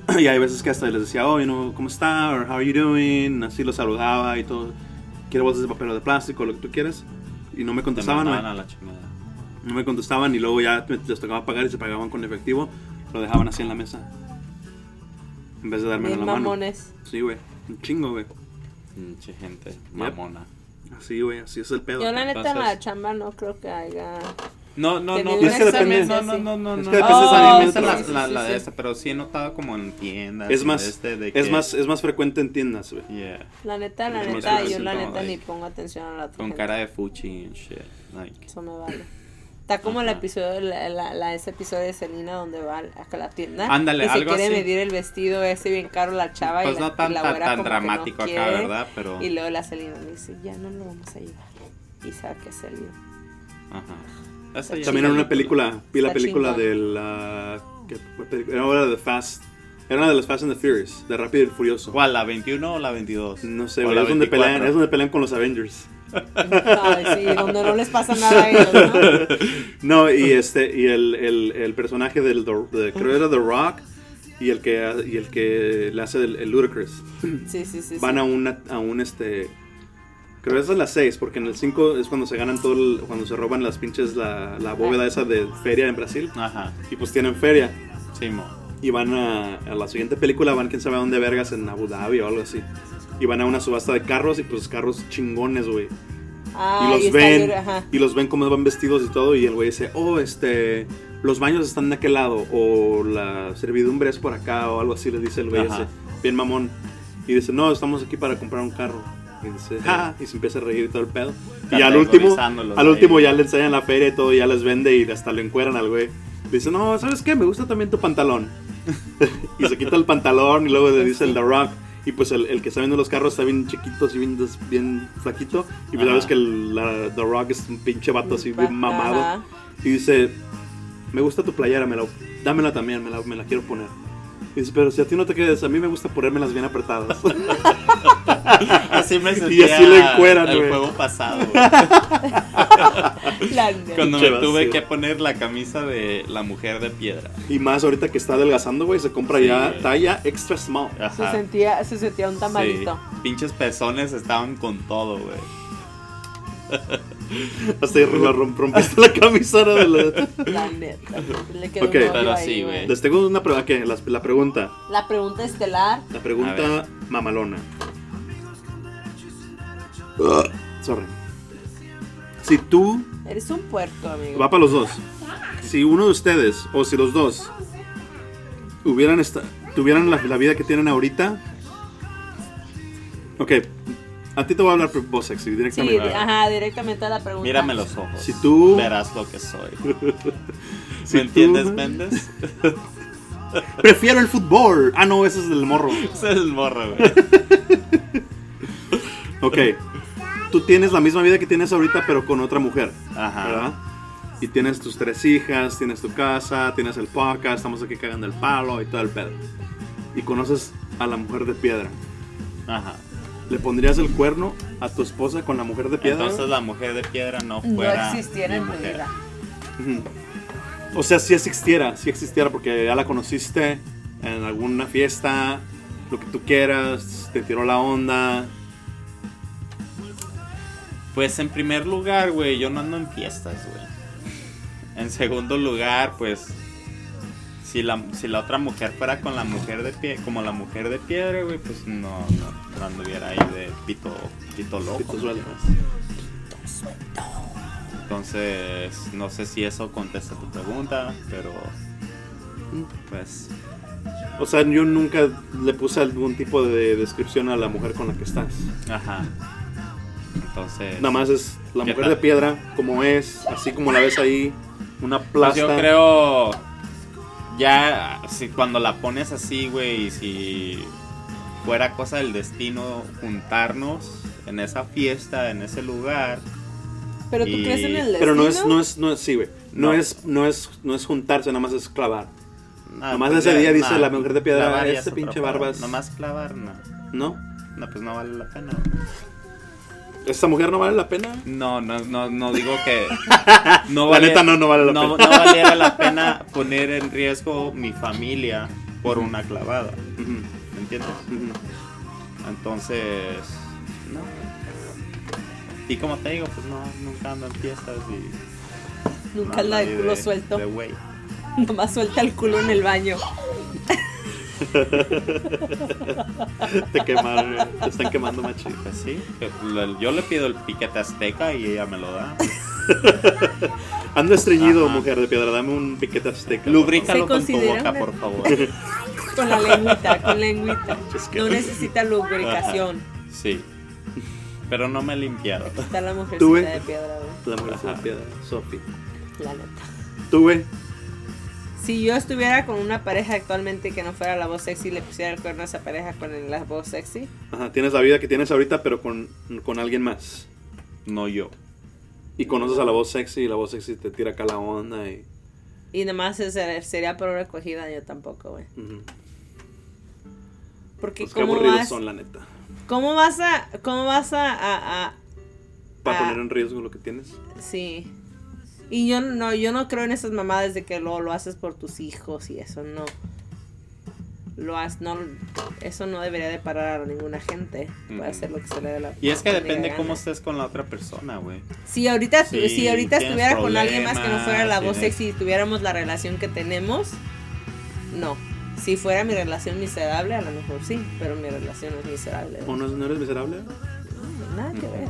Y hay veces que hasta les decía, oh, you know, ¿cómo está? Or, how are you doing? Así los saludaba y todo. Quiero bolsas de papel o de plástico, lo que tú quieras. Y no me
Te
contestaban,
mandaban
güey.
a la chingada.
No me contestaban y luego ya me- les tocaba pagar y se pagaban con efectivo. Lo dejaban así en la mesa. En vez de darme
Bien
la
mamones.
mano. Sí, güey. Un chingo, güey.
Pinche gente mamona.
Así, güey. Así es el pedo.
Yo la
acá.
neta en la
Entonces-
chamba no creo que haya...
No, no, no,
Tener
Es que
esa
depende-
es- No, no, no, no.
Es
no.
que depende
Ah,
también
esa es
del
la,
trabajo.
la,
Oh, Sí,
la
sí,
de
sí.
esta, pero sí he notado como en tiendas.
Es
y
más,
de este, de
es,
que-
más, es más frecuente en tiendas, güey.
Yeah.
La neta, la
Como
neta,
si
yo la
fuera
neta
como
ni
de-
pongo atención a la otra
Con
gente.
cara de fuchi and shit. Like.
Eso me vale. Está como el
Ajá.
episodio, la, la- la- ese episodio de Selena donde va a a la tienda.
Ándale,
y se
algo
quiere
así.
medir el vestido ese bien caro la chava
Pues
y la,
no tan,
y la
tan,
güera
tan
como que no
dramático acá,
quiere.
¿verdad? Pero.
Y luego la Selena le dice, ya no lo vamos a llevar. Y sabe que es Selena.
Ajá. Esa ya
También
es
en una
la
película. Vi la
Está
película
chingón.
de la. que- fue película- Era una de Fast. Era una de las Fast and the Furious. De Rápido y el Furioso.
¿Cuál? ¿La 21 o la 22?
No sé,
O
güey.
la
Es donde,
24.
pelean, es donde pelean con los Avengers.
Ay, Ah, sí, donde no les pasa nada a ellos, ¿no?
No, y este, y el, el, el personaje del The- de- creo era The Rock y el que y el que le hace el, el Ludacris.
Sí, sí, sí. sí.
Van a una a un este creo que esa es la 6, porque en el 5 es cuando se ganan todo el- cuando se roban las pinches la, la bóveda esa de feria en Brasil
Ajá.
y pues tienen feria
Sí, mo.
y van a, a la siguiente película van quién sabe a dónde vergas en Abu Dhabi o algo así. Y van a una subasta de carros y pues carros chingones, güey
Ah,
y
y
los
está
ven
llor- ajá.
y los ven cómo van vestidos y todo y el güey dice oh este los baños están de aquel lado o la servidumbre es por acá o algo así les dice el güey
Ajá.
ese bien mamón y dice no estamos aquí para comprar un carro y dice "Ja", y se empieza a reír y todo el pedo y al último
Categorizándolos
al
ahí.
último ya le enseñan la feria y todo ya les vende y hasta lo encueran al güey Le dice no sabes qué me gusta también tu pantalón y se quita el pantalón y luego le dice el The Rock y pues el, el que está viendo los carros está bien chiquito, así bien, des- bien flaquito. Y pues
Ajá.
sabes que el- la- The Rock es un pinche vato así
Ajá.
bien mamado. Y dice, me gusta tu playera, me la, dámela también, me la, me la quiero poner. Y dice, pero si a ti no te quedes, a mí me gusta ponérmelas bien apretadas.
Así me sentía
Y así lo encueran,
el
güey.
juego pasado. güey.
La neta.
Cuando
Pinche
me tuve
vacío.
que poner la camisa de la mujer de piedra.
y más ahorita que está adelgazando, güey, se compra
Sí,
ya
güey.
talla extra small.
Se
Ajá.
sentía, se sentía un tamalito.
Sí. Pinches pezones estaban con todo, güey.
Hasta ahí la rom- rompiste la camiseta de la...
La neta. Le quedó
Ok.
un hoyo
Pero
ahí,
sí, güey.
Les tengo una pregunta, ¿qué? La, la pregunta,
La pregunta estelar.
la
A
pregunta mamalona. Ah, Sorry. Si tú
Eres un puerto, amigo.
Va para los dos. Si uno de ustedes, o si los dos, hubieran esta- tuvieran la, la vida que tienen ahorita. Ok, a ti te voy a hablar por vos,
Sí,
sexy, directamente.
di- ajá, directamente a la pregunta.
Mírame los ojos.
Si tú-
Verás lo que soy.
Si
¿Me
tú-
entiendes, Méndez?
Prefiero el fútbol. Ah, no, ese es del morro.
Ese es el morro, güey.
Ok, tú tienes la misma vida que tienes ahorita, pero con otra mujer,
Ajá.
¿verdad? Y tienes tus tres hijas, tienes tu casa, tienes el podcast, estamos aquí cagando el palo y todo el pedo. Y conoces a la mujer de piedra.
Ajá.
¿Le pondrías el cuerno a tu esposa con la mujer de piedra?
Entonces la mujer de piedra no
No
fuera.
existiera
mi
en mi
mujer.
vida.
Ujú. O sea, si existiera, si existiera, porque ya la conociste en alguna fiesta, lo que tú quieras, te tiró la onda.
Pues en primer lugar, güey, yo no ando en fiestas, güey. En segundo lugar, pues. si la, si la otra mujer fuera con la mujer de pie, como la mujer de piedra, güey, pues no, no, no anduviera ahí de pito, pito loco.
Pito suelto.
pues. Entonces, no sé si eso contesta tu pregunta, pero pues
O sea, yo nunca le puse algún tipo de descripción a la mujer con la que estás.
Ajá. Entonces.
Nada más es la
¿Qué
mujer
tal?
de piedra, como es, así como la ves ahí, una
Pues
plasta.
yo creo. Ya, si cuando la pones así, güey, y si fuera cosa del destino juntarnos en esa fiesta, en ese lugar.
Pero tú
Y-
crees en el destino.
Pero no es, no es, no es, sí, güey. No,
No.
Es, no, es, no es juntarse, nada más es clavar.
nada,
Nomás
pues
ese
ya,
día dice
nah,
la mujer de piedra,
clavar ya
"Este
es
pinche
otra
barbas".
cosa. Nomás clavar, no.
¿No?
No, pues no vale la pena. güey.
¿Esta mujer no vale la pena?
No, no, no, no digo que. No
La neta no, no vale la
no,
pena.
no valiera la pena poner en riesgo mi familia por una clavada.
Ujú,
¿Me entiendes?
ujú.
Entonces, no. Y como te digo, pues no, nunca ando en fiestas y.
Nunca
no
la
ando
de
ahí
culo
de-
suelto.
de güey.
Nomás suelta el culo en el baño.
Te quemaron, güey. te están quemando machito.
Pues sí, que le- yo le pido el piquete azteca y ella me lo da.
Ando estreñido,
Ajá.
mujer de piedra, dame un piquete azteca. por
Lubrícalo
¿Se
con tu
considera
boca,
una-
por favor.
Con la lengüita, con lengüita.
Es que-
No necesita lubricación.
Sí. Pero no me he limpiado.
Está la mujercita
Tú, güey.
de piedra, güey.
favor. La mujer de
Ajá.
piedra, Sofi.
La neta.
Tú, güey.
Si yo estuviera con una pareja actualmente que no fuera la voz sexy, le pusiera el cuerno a esa pareja con la voz sexy.
Ajá, tienes la vida que tienes ahorita, pero con, con alguien más.
No yo.
Y conoces a la voz sexy y la voz sexy te tira acá la onda y...
Y nada más es- eh, sería por recogida, yo tampoco, güey.
ujú.
Porque
Pues qué
¿cómo
aburridos
vas,
son, la neta.
¿cómo vas a, cómo vas a, a- a-
Para
Ah.
poner en riesgo lo que tienes.
sí. Y yo no, yo no creo en esas mamadas de que lo, lo haces por tus hijos y eso no. Lo has, no, eso no debería de parar a ninguna gente. Puede
Mm.
hacer lo que se le dé la
Y es que
mendiga
depende
gana.
cómo estés con la otra persona, güey.
Si ahorita, tu-
Sí,
si ahorita
tienes
estuviera con alguien más que no fuera la voz
problemas,
sexy y tuviéramos la relación que tenemos, no. Si fuera mi relación miserable, a lo mejor sí, pero mi relación no es miserable.
¿O no, no eres miserable?
Nada que ver.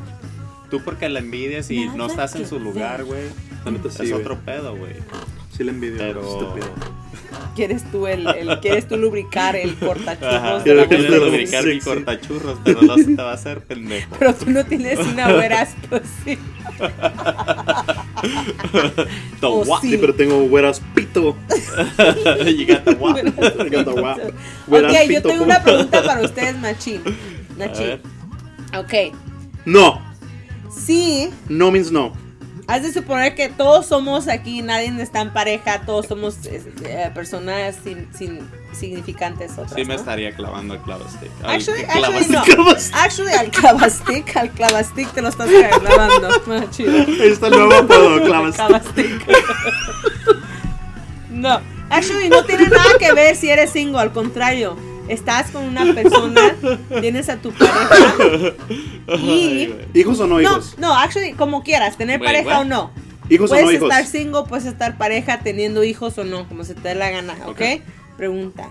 Tú porque la envidias y no
Nada
estás en
que
su lugar,
ver.
güey.
La neta sí,
es
güey.
otro pedo, güey.
Sí le envidio,
Pero-
estúpido.
Quieres tú el, el- quieres tú lubricar el
Ajá.
cortachurros de la
Quiero
Quieres
voz
que-
sexy,
lubricar mi
sexy.
cortachurros, pero no se te va a hacer pendejo.
pero tú no tienes una güera así.
The
Oh,
what?
Sí, pero tengo güeras pito.
you got the what?
Tengo guap- güeras
Ok, yo
pito,
tengo
¿cómo?
una pregunta para ustedes, Machín. Machín.
ver.
Ok.
No,
Sí,
no means no.
Has de suponer que todos somos aquí, nadie está en pareja, todos somos eh, eh, personas sin, sin significantes otras,
Sí me
¿no?
estaría clavando el clavo stick. Al
Actually,
que
actually
clavas-
no. Actually, al clavastick, al clavastick te lo estás grabando. Bueno, chido.
Está el nuevo apodo, clavas.
Clavastick. No, actually no tiene nada que ver si eres single, al contrario. Estás con una persona, tienes a tu pareja
Ay,
y...
güey.
¿Hijos o no
No,
hijos?
no, actually, como quieras, tener
Güey,
pareja
güey.
o no.
¿Hijos o
Puedes
no hijos?
estar single, puedes estar pareja, teniendo hijos o no, como se te dé la gana, ¿ok?
Ok.
Pregunta.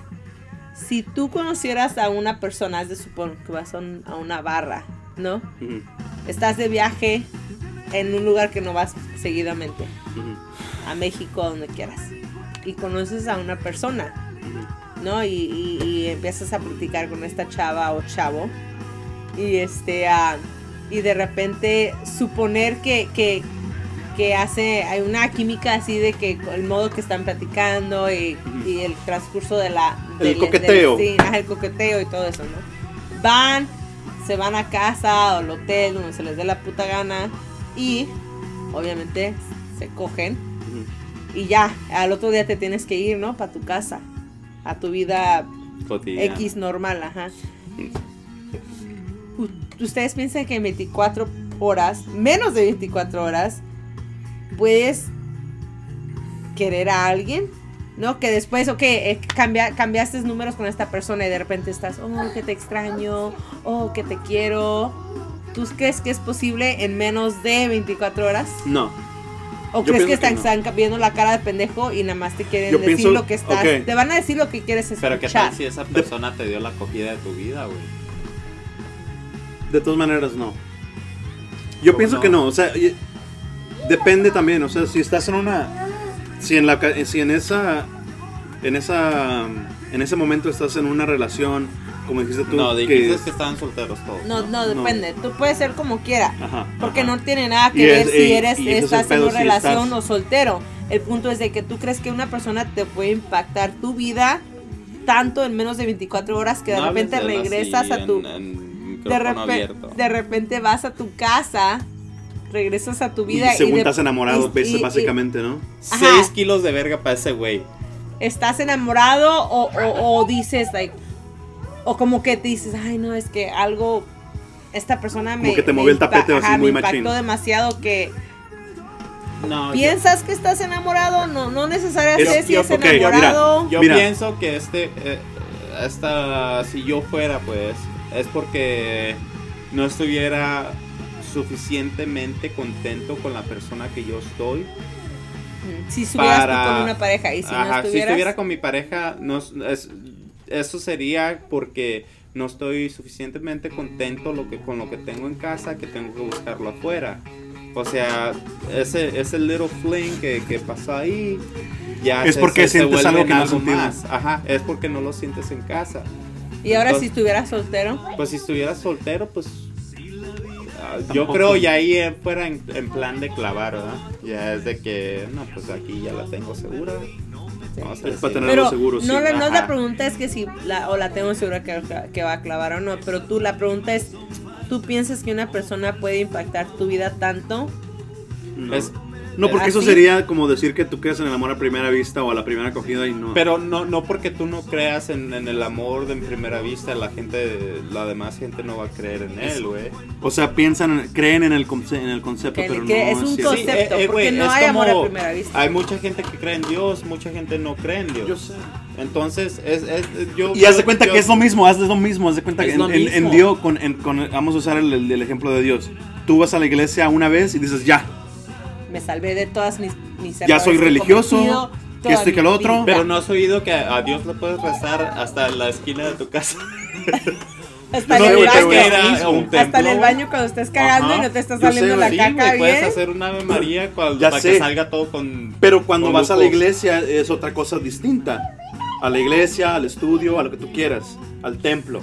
Si tú conocieras a una persona, es de suponer que vas a, un- a una barra, ¿no?
Ujú,
Estás de viaje en un lugar que no vas seguidamente,
ujú,
a México, a donde quieras, y conoces a una persona,
ujú.
¿no? Y, y- y empiezas a platicar con esta chava o chavo, y este, ah, y de repente suponer que, que, que hace, hay una química así de que el modo que están platicando y,
Ujú.
y el transcurso de la...
El
del-
coqueteo.
del- sí, ajá, el coqueteo y todo eso, ¿no? Van, se van a casa o al hotel, donde se les dé la puta gana y obviamente se cogen
Ujú.
y ya, al otro día te tienes que ir, ¿no? Para tu casa, a tu vida
Cotidiano.
X normal, ajá. U- Ustedes piensan que en 24 horas, menos de 24 horas, puedes querer a alguien, ¿no? Que después, ok, eh, cambia- cambiaste números con esta persona y de repente estás, oh, que te extraño, oh, que te quiero. ¿Tú crees que es posible en menos de 24 horas?
No,
¿O crees
Yo
que
pienso que
están,
no.
están viendo la cara de pendejo y nada más te quieren
Yo
decir
pienso-
lo que estás?
ok.
Te van a decir lo que quieres escuchar.
Pero qué tal si esa persona te dio la acogida de tu vida, güey.
De todas maneras, no. Yo
¿Cómo
pienso
no?
que no, o sea, y- depende también, o sea, si estás en una si en la ca- si en esa en esa en ese momento estás en una relación, como dijiste tú,
No,
que,
dijiste
es-
que estaban solteros todos.
No, no,
No.
depende. Tú puedes ser como quiera.
ajá,
Porque
ajá.
no tiene nada que
Y
ver
es-
si
y-
eres,
y ese es el
estás en
pedo,
una
si estás-
relación o soltero. El punto es de que tú crees que una persona te puede impactar tu vida tanto en menos de 24 horas que de
No hables
repente
de él
regresas
así
a tu...
en- en
de,
micrófono
repe-
abierto.
de repente vas a tu casa, regresas a tu
Y
vida y,
según
de-
estás enamorado,
y-
ves,
y- y-
básicamente, ¿no?
Ajá.
6 kilos de verga para ese güey.
estás enamorado o, o- o dices, like, o como que te dices, ay, no, es que algo, esta persona me.
Como que te
me
movió el
impa-
tapete así
ajá,
muy
me impactó
machín.
demasiado que
No, yo-
piensas que estás enamorado, no, no necesariamente
Es-
si es
ok,
enamorado.
Yo
Mira.
pienso que este, eh, esta, si yo fuera, pues, es porque no estuviera suficientemente contento con la persona que yo estoy.
si estuvieras tú
para-
con una pareja y si no
Ajá, si
estuvieras.
estuviera con mi pareja, no, es- es- eso sería porque no estoy suficientemente contento lo que, con lo que tengo en casa, que tengo que buscarlo afuera. O sea, ese, ese little fling que, que pasó ahí, ya
Es porque sientes
vuelve
algo
en
que no sentimos.
Ajá, es porque no lo sientes en casa.
y ahora si
entonces-
estuvieras soltero.
Pues si estuvieras soltero, pues... ah, Yo
Tampoco.
creo ya ahí eh, fuera en, en plan de clavar, ¿verdad? Ya es de que, no, pues aquí ya la tengo segura. Vamos a
Es para
decir,
tener-
Pero
algo seguro,
no,
sí,
la, no la
ajá.
pregunta es que si la, o la tengo segura que, que va a clavar o no, pero tú la pregunta es, ¿tú piensas que una persona puede impactar tu vida tanto?
No,
Es-
No, porque eso
¿Así?
sería como decir que tú crees en el amor a primera vista o a la primera acogida y no.
Pero no, no porque tú no creas en, en el amor de en primera vista, la gente, la demás gente no va a creer en él, güey.
o sea, piensan, en- creen en el, conce- en el concepto,
Que-
pero
que
no
es un
cierto.
concepto. porque no
eh, es
hay amor a primera vista.
Hay mucha gente que cree en Dios, mucha gente no cree en Dios.
Yo sé.
Entonces, es, es- yo...
Y haz de cuenta
yo-
que es lo mismo, haz de lo mismo, haz de cuenta
Es
que en,
lo
en- en
mismo.
Dios, con, en- con- vamos a usar el, el- el ejemplo de Dios. Tú vas a la iglesia una vez y dices, ya,
Me salvé de todas mis, mis
ya
errores
soy
que he
religioso,
cometido
que
toda
este que
mi
el otro.
vida.
Pero no has oído que a Dios le puedes rezar hasta la esquina de tu casa.
Hasta
No,
en el
güey,
Puedes
pero
baño.
ir
es lo
a- a
mismo.
un
Hasta en
templo,
el baño cuando estés cagando
Ajá.
y no te está
Yo sé,
saliendo la
Sí,
caca
güey, puedes
bien.
hacer una Ave María cuando,
Ya
para
sé.
que salga todo con...
Pero cuando
con
vas a la
lujos.
iglesia es otra cosa distinta. A la iglesia, al estudio, a lo que tú quieras, al templo.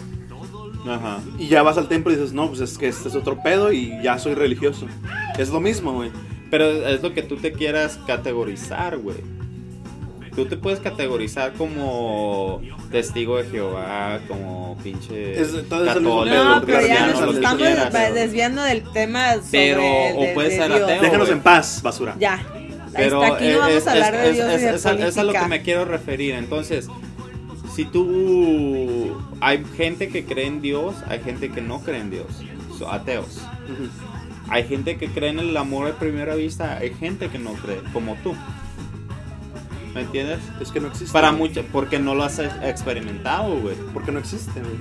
Ajá.
Y ya vas al templo y dices, no, pues es que este es otro pedo y ya soy religioso. Es lo mismo, güey.
Pero es lo que tú te quieras categorizar, güey. Tú te puedes categorizar como testigo de Jehová, como pinche
Es- todo es el
católico,
mismo pedo,
No, pero ya
cristiano,
lo
nos
que
estamos
quieras.
des- desviando del tema sobre
Pero,
el de-
o puede
de
ser
Dios.
ateo.
Déjanos
güey.
en paz, basura.
Ya.
Pero eh,
Hasta aquí no vamos a hablar de Dios
es-
y de
es a- es a lo que
política.
me quiero referir. Entonces, si tú... Hay gente que cree en Dios, hay gente que no cree en Dios. Son ateos.
Ujú.
Hay gente que cree en el amor a primera vista, hay gente que no cree, como tú. ¿Me entiendes?
Es que no existe.
Para
güey.
muchas, porque no lo has ex- experimentado, güey.
Porque no existe, güey.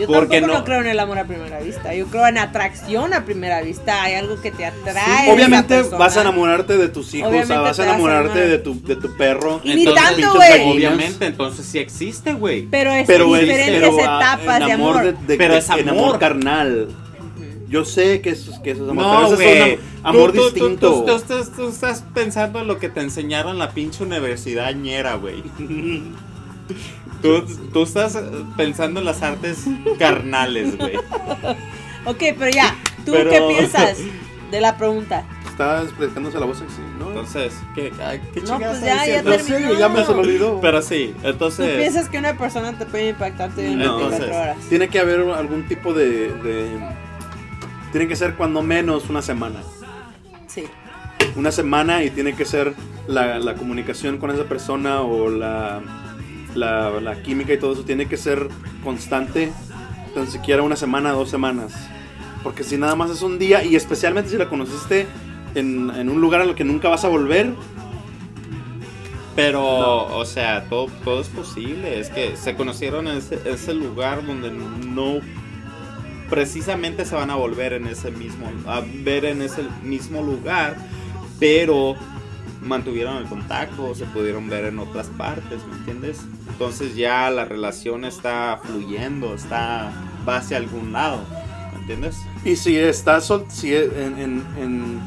Yo
¿Por qué
tampoco no?
no?
creo en el amor a primera vista. Yo creo en atracción a primera vista. Hay algo que te atrae.
Sí,
de
Obviamente
esa persona.
vas a enamorarte de tus hijos,
Obviamente
o sea, vas
te
a
vas a
enamorarte
enamorar.
de tu, de tu perro.
Y ni
Entonces,
tanto,
pinches
güey.
gallinas.
pues, Obviamente, entonces sí existe, güey.
Pero es
Pero es-
diferentes
pero, ah,
etapas de amor.
Pero es
en
amor.
carnal. Yo sé que eso, es- que eso es amor,
No,
pero eso es
güey.
un am- amor
Tú- tú- tú-
distinto.
Tú, tú estás- tú estás pensando en lo que te enseñaron en la pinche universidad ñera, güey. Tú, tú estás eh, pensando en las artes carnales, güey.
Ok, pero ya. ¿Tú
Pero-
qué piensas de la pregunta?
Estás prestándose la voz sexy, ¿no?
Entonces, ¿qué, ay, qué
No,
chingados
pues ya,
estoy
ya
diciendo?
No sé,
terminó.
ya me se me olvidó.
Pero sí,
¿Tú
entonces.
piensas que una persona te puede impactar tu vida en
No.
24 horas?
Tiene que haber algún tipo de, de- Tiene que ser cuando menos una semana.
Sí.
Una semana y tiene que ser la, la comunicación con esa persona o la, la, la química y todo eso. Tiene que ser constante, tan siquiera una semana, dos semanas. Porque si nada más es un día y especialmente si la conociste en, en un lugar a lo que nunca vas a volver,
Pero, o sea, todo, todo es posible. Es que se conocieron en ese, ese lugar donde no precisamente se van a volver en ese mismo, a ver en ese mismo lugar, pero mantuvieron el contacto, se pudieron ver en otras partes, ¿me entiendes? Entonces ya la relación está fluyendo, está va hacia algún lado, ¿me entiendes?
Y si estás sol- si e- en, en, en,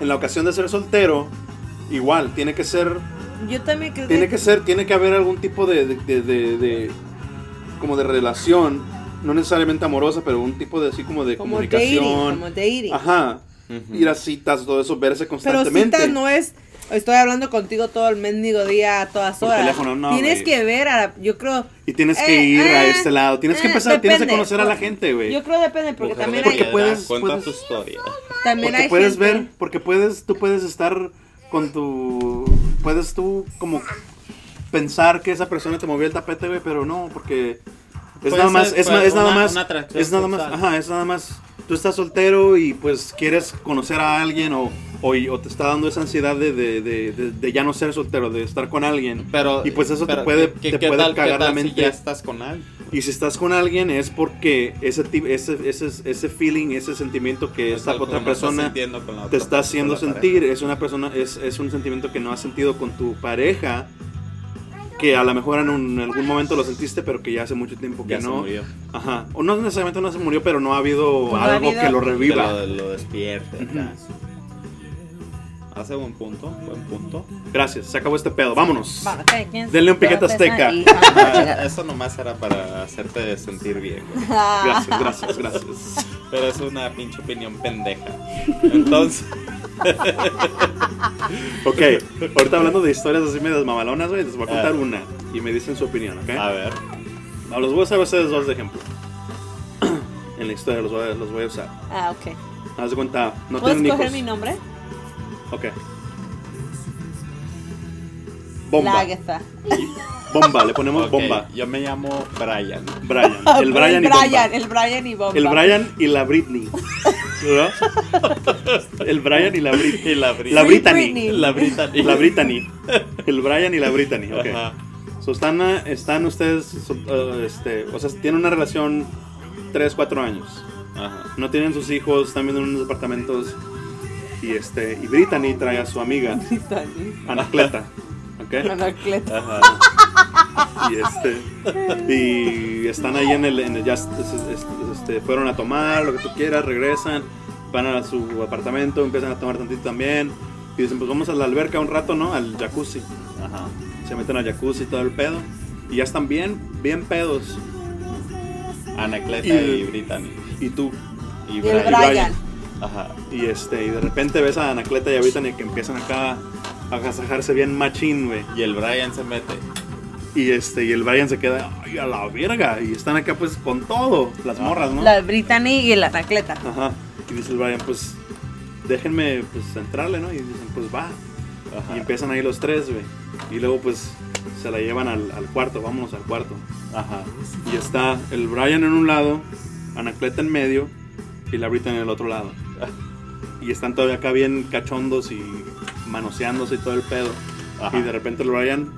en la ocasión de ser soltero, igual, tiene que ser,
Yo también creo
tiene
que-
que ser, tiene que haber algún tipo de, de, de- de- de- como de relación, no necesariamente amorosa, pero un tipo de así como de
como dating,
comunicación.
como dating.
Ajá. Ir a citas, todo eso, verse
Pero
constantemente.
citas no es estoy hablando contigo todo el mendigo día a todas
Por
horas.
teléfono, no,
Tienes
güey.
que ver a la- yo creo
Y tienes que
Eh,
ir a
eh,
este lado. Tienes que
eh,
empezar, tienes que
depende.
conocer a la gente, güey.
yo creo depende porque
Mujer
también
de
hay
Porque
piedra,
puedes-
cuenta
puedes-
tu historia.
también
Porque
hay
puedes
gente-
ver, porque puedes, tú puedes estar con tu, puedes tú como pensar que esa persona te movió el tapete, güey, pero no, porque es
Puede
nada
ser,
más, es,
puede-
ma- es nada
una-
más,
una atracción
es nada más,
sexual.
ajá, es nada más, tú estás soltero y pues quieres conocer a alguien o, o, y- o te está dando esa ansiedad de, de, de- de- de ya no ser soltero, de estar con alguien.
Pero
Y pues eso te
pero,
puede-
¿qué-
te
qué
puede
tal- qué
cagar la
tal si
mente.
ya estás con alguien.
Y si estás con alguien es porque ese, ti- ese, ese, ese feeling, ese sentimiento que
Es
esta
algo que
otra
no estás
persona
sintiendo con la
te
otra-
está haciendo
con la pareja.
sentir, es una persona, es, es un sentimiento que no has sentido con tu pareja, que a lo mejor en, un- en algún momento lo sentiste, pero que ya hace mucho tiempo que
Ya se
no.
murió.
Ajá. O no necesariamente no se murió, pero no ha habido
No ha
algo
habido-
que lo reviva.
Que lo, lo despierte.
Ujú.
acá. Hace buen punto, buen punto.
Gracias, se acabó este pedo, vámonos.
Bueno, cada quien-
Denle un piquete
cada persona
azteca.
y-
Ah, Eso nomás era para hacerte sentir bien, güey.
ah,
Gracias, gracias, gracias.
Pero es una pinche opinión pendeja. Entonces,
Ok, ahorita hablando de historias así medias mamalonas, güey, les voy a contar
Ah.
una y me dicen su opinión, ¿ok?
a ver.
No, los voy a usar a ustedes dos de ejemplo. en la historia los voy a, los voy a usar.
Ah, ok.
Haz de cuenta, no
¿Puedes
tienen
coger
hijos.
mi nombre?
Ok. Bomba.
La Agatha.
Bomba, le ponemos
Ok,
bomba.
Yo me llamo Brian.
Brian. El
Ok,
Brian
Brian,
y bomba.
el Brian y Bomba.
El Brian y la Britney. ¿Verdad? El Brian y la Britney.
Y la Britney.
La
Free
Brittany.
Britney.
La Brittany.
La Brittany. El Brian y la Brittany. Ok.
Ajá.
So, están, eh, están ustedes, so- eh, este, o sea, tienen una relación 3, 4 años.
Ajá.
No tienen sus hijos, están viviendo en unos apartamentos. Y este, y Brittany trae a su amiga,
Brittany.
Anacleta. ¿Ok?
Anacleto.
Ajá.
y este y están ahí en el, en el- ya es- es- es- este, fueron a tomar lo que tú quieras regresan van a su apartamento empiezan a tomar tantito también y dicen pues vamos a la alberca un rato no al jacuzzi
Ajá.
se meten al jacuzzi todo el pedo y ya están bien bien pedos
Anacleta
Y-
y, Brittany.
y tú
Y
Y
Brian.
el
Brian.
Brian.
Ajá.
y este y de repente ves a Anacleta y a Brittany que empiezan acá a agasajarse bien machín güey
Y el Brian se mete.
y este y el Brian se queda ay a la verga y están acá pues con todo las morras no
La Brittany y la Anacleta.
Ajá. Y dice el Brian, pues déjenme pues entrarle, ¿no? Y dicen, pues va.
Ajá.
Y empiezan ahí los tres, güey. Y luego pues se la llevan al, al cuarto, vámonos al cuarto.
Ajá.
Y está el Brian en un lado, Anacleta en medio y la Brita en el otro lado. Y están todavía acá bien cachondos y manoseándose y todo el pedo.
Ajá.
Y de repente el Brian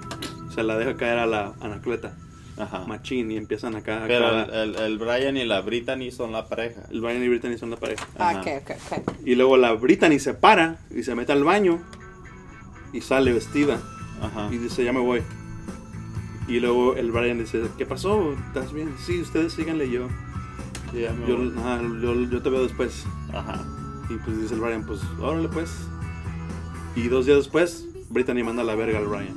se la deja caer a la Anacleta,
Ajá.
machín, y empiezan acá.
Pero
acá-
el, eh, el, el Brian y la Brittany son la pareja.
el Brian y Brittany son la pareja.
Ah,
Ajá.
ok, ok, ok.
Y luego la Brittany se para y se mete al baño y sale vestida
Ajá.
y dice, ya me voy. Y luego el Brian dice, ¿qué pasó? ¿Estás bien? Sí, ustedes síganle yo.
Ya me
Yo,
voy.
ajá, yo, yo te veo después.
Ajá.
Y pues dice el Brian, pues órale pues. Y dos días después, Brittany manda la verga al Brian.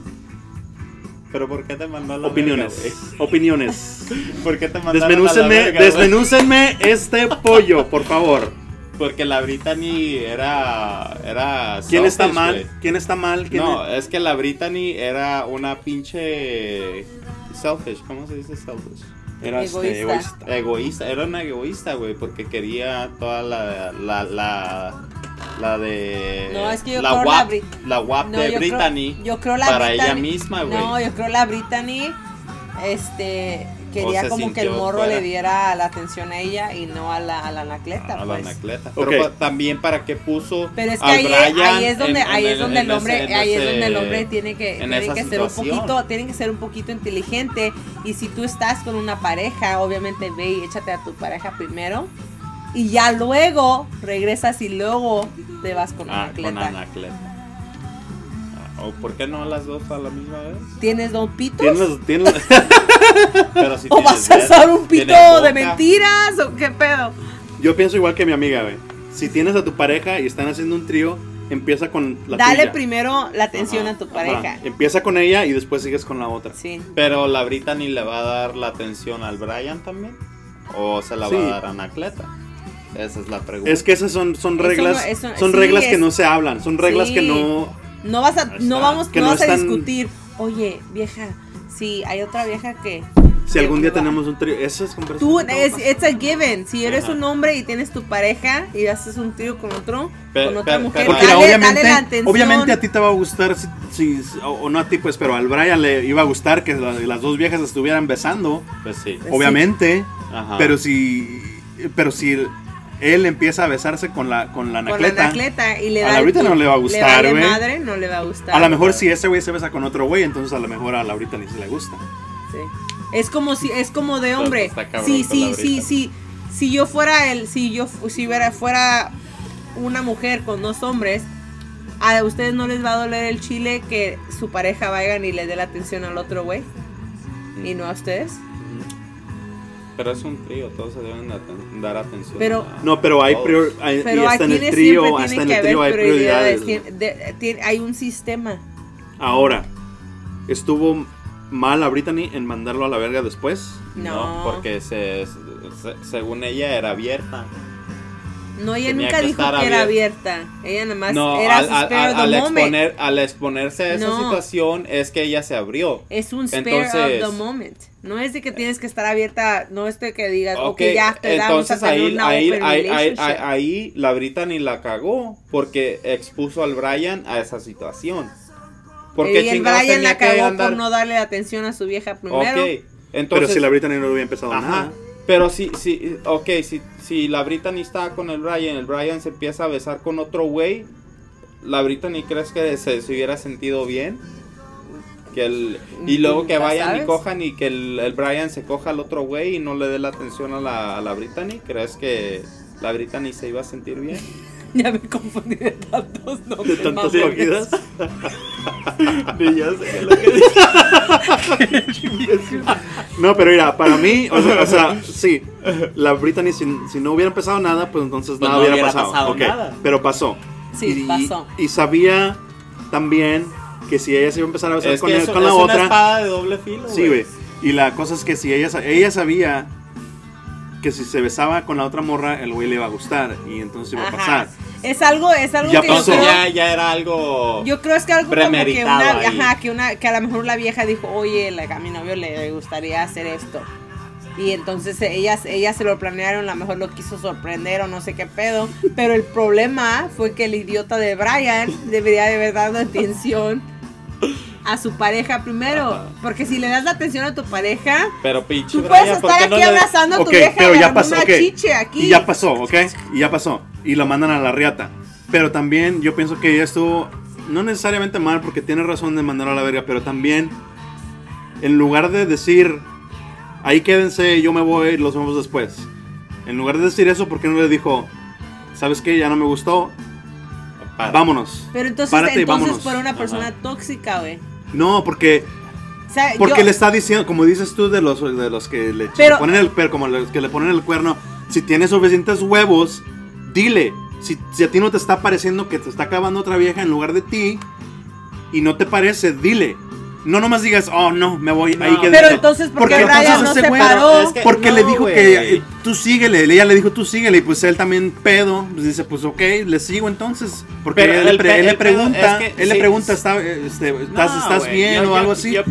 Pero ¿por qué te mandó a la verga,
Opiniones. Opiniones.
güey? ¿Por qué te mandaron a la
Desmenúcenme,
verga, güey?
desmenúcenme este pollo, por favor.
Porque la Brittany era era
¿Quién está
selfish,
mal?
pues, güey.
¿Quién está mal? ¿Quién
No, es que la Brittany era una pinche selfish, ¿cómo se dice selfish?
Era este,
Egoísta.
egoísta.
Egoísta, era una egoísta, güey, porque quería toda la la la la de
No, es que yo
la
creo la
guap,
Brit-
la guap
No,
de
yo creo-
Brittany
yo creo la
para
Brittany-
ella misma, güey.
No, yo creo la Brittany este,
se
quería como que el
sintió
morro
fuera.
le diera la atención a ella y no a la, a la Anacleta.
Ah, la
pues.
Anacleta.
Ok.
Pero pa- también para qué puso
Pero es que
al
ahí, eh,
Brian
ahí es donde,
en-
ahí
en
es donde el,
en
hombre,
ese- en
ahí es donde el
ese-
hombre tiene que,
en
tiene
esa
que ser un
situación.
poquito, tiene que ser un poquito inteligente. Y si tú estás con una pareja, obviamente ve y échate a tu pareja primero. Y ya luego regresas y luego te vas con
Ah,
una
con
atleta.
Anacleta. ¿O por qué no las dos a la misma vez?
¿Tienes dos pitos?
Tienes, tienes,
Pero si
¿O vas a
tienes
usar un
tienes
pito
boca.
de mentiras? ¿O qué pedo?
yo pienso igual que mi amiga, güey. Si tienes a tu pareja y están haciendo un trío, empieza con la
Dale
tuya.
primero la atención
Ajá,
a tu
Ajá.
pareja.
Empieza con ella y después sigues con la otra.
Sí.
Pero la Brittany le va a dar la atención al Brian también. ¿O se la va
Sí.
a dar a Anacleta? Esa es la pregunta.
Es que esas son, son
Eso
reglas,
no- eso-
son
sí,
reglas que
es-
no se hablan, son reglas
Sí.
que no...
No vas a,
Ahí
no
está.
vamos,
Que
no
no
vas a
están-
discutir. Oye, vieja, si hay otra vieja que
Si
Que
algún día
va.
tenemos un trío, esas conversaciones...
tú
Pues no
es
pasan.
it's a given. Si eres
Ajá.
un hombre y tienes tu pareja y haces un trío con otro,
Pe-
con otra
pe-
mujer,
pero-
Porque
dale,
obviamente,
dale la atención.
obviamente a ti te va a gustar, si, si- si- o, o no a ti pues, pero al Brian le iba a gustar que la- las dos viejas estuvieran besando,
Pues sí.
Pues sí.
obviamente,
Ajá.
pero si pero si él empieza a besarse con la con la
con la
anacleta,
anacleta y le
A
da
la
el
ahorita
pu-
no le va a gustar,
vale
güey.
madre, no le va a gustar.
a lo mejor si ese güey se besa con otro güey, entonces a lo mejor a Laurita ni se le gusta.
Sí. Es como si es como de hombre.
Está cabrón
Sí,
con
sí,
la
sí,
brisa.
sí. Si yo fuera el si yo fu- si fuera, fuera una mujer con dos hombres, a ustedes no les va a doler el chile que su pareja vaya y le dé la atención al otro güey y no a ustedes.
Pero es un trío, todos se deben aten- dar atención.
Pero-
a-
No, pero hay
a todos.
prior, hay- y
Pero
hasta
aquí
en el
siempre
trío,
tiene
hasta en
que
el
haber
trío hay prioridades.
prioridades. Tien- de- tien- hay un sistema.
Ahora, ¿estuvo mal a Brittany en mandarlo a la verga después?
No,
No, porque se, se- según ella era abierta.
no ella
tenía
nunca
que
dijo
estar
que era
abierta.
abierta. Ella nada más
No,
era
al,
su
al-
spare of
al-
the
al
moment.
exponer, al exponerse a esa
No.
situación es que ella se abrió.
Es un spare
Entonces-
of the moment. No es de que tienes que estar abierta, no es de que digas, ok, ya estoy
entonces
vamos a tener
ahí,
una
ahí,
open
ahí, ahí,
relationship.
ahí- ahí la Brittany la cagó porque expuso al Brian a esa situación. Porque
y el
chingados
Brian
tenía
la
que
cagó
andar-
por no darle atención a su vieja primero.
Ok, entonces...
Pero si la Brittany no lo había empezado
Ajá.
nada.
Pero si, si, ok, si, si la Brittany está con el Brian, el Brian se empieza a besar con otro güey, ¿la Brittany crees que se, se hubiera sentido bien? Que el, y luego que
Nunca
vayan
Mm, sabes.
y cojan y que el, el Brian se coja al otro güey y no le dé la atención a la, a la Brittany, ¿crees que la Brittany se iba a sentir bien?
Ya me confundí de tantos
De
nombres.
tantas
mamones.
cogidas. No, pero mira, para mí, o sea, o sea, sí, la Brittany si, si no hubiera empezado nada, pues entonces nada
no
hubiera,
hubiera
pasado.
pasado
Ok,
nada.
Pero pasó.
Sí,
y,
pasó.
Y sabía también que si ella se iba a empezar a besar
Es
con,
que
él-
eso-
con la
es una
otra,
espada de doble filo.
Sí, güey. Y la cosa es que si ella, sa- ella sabía que si se besaba con la otra morra, el güey le iba a gustar y entonces iba a
Ajá.
pasar.
Es algo, es algo
Ya
que
pasó.
yo creo,
Ya, ya era algo...
yo creo es que algo como que
Premeditado
una,
ahí.
ajá, que una, que a lo mejor la vieja dijo, oye, la- a mi novio le gustaría hacer esto. Y entonces ellas, ellas se lo planearon, a lo mejor lo quiso sorprender o no sé qué pedo. Pero el problema fue que el idiota de Brian debería de haber dado atención a su pareja primero.
Ajá.
Porque si le das la atención a tu pareja,
Pero pinche
tú puedes
Brian, ¿por
estar
qué
aquí
no le-
abrazando a
Ok,
tu vieja
pero
y
ya
agarrando
pasó,
una
ok.
chiche aquí.
Y ya pasó, ¿ok? Y ya pasó. Y lo mandan a la riata. Pero también yo pienso que ella estuvo, no necesariamente mal, porque tiene razón de mandar a la verga, pero también, en lugar de decir, ahí quédense, yo me voy, los vemos después. En lugar de decir eso, ¿por qué no le dijo, sabes qué, ya no me gustó,
Para.
vámonos?
Pero entonces,
Párate y
entonces
vámonos.
por una persona tóxica, güey.
No, porque
O sea,
Porque
yo-
le está diciendo, como dices tú, de los, de los que le
Pero-
ponen el per, como los que le ponen el cuerno, si tienes suficientes huevos, dile. Si, si a ti no te está pareciendo que te está acabando otra vieja en lugar de ti y no te parece, dile. No nomás digas, oh no, me voy, ahí
No.
quédate.
Pero entonces, ¿por qué
Porque
Brian
entonces
no
ese
se
güey-
paró?
Es que-
Porque
no,
le dijo
güey.
que eh, tú síguele, ella le dijo tú síguele y pues él también pedo, pues dice pues ok, le sigo entonces. Porque
Pero
él, le
el
pre-
pe-
él le
el pedo
pregunta,
es que-
él le
sí,
pregunta,
sí.
"¿Está- este, ¿estás,
No,
estás
güey,
bien
yo-
o algo
yo-
así?
yo-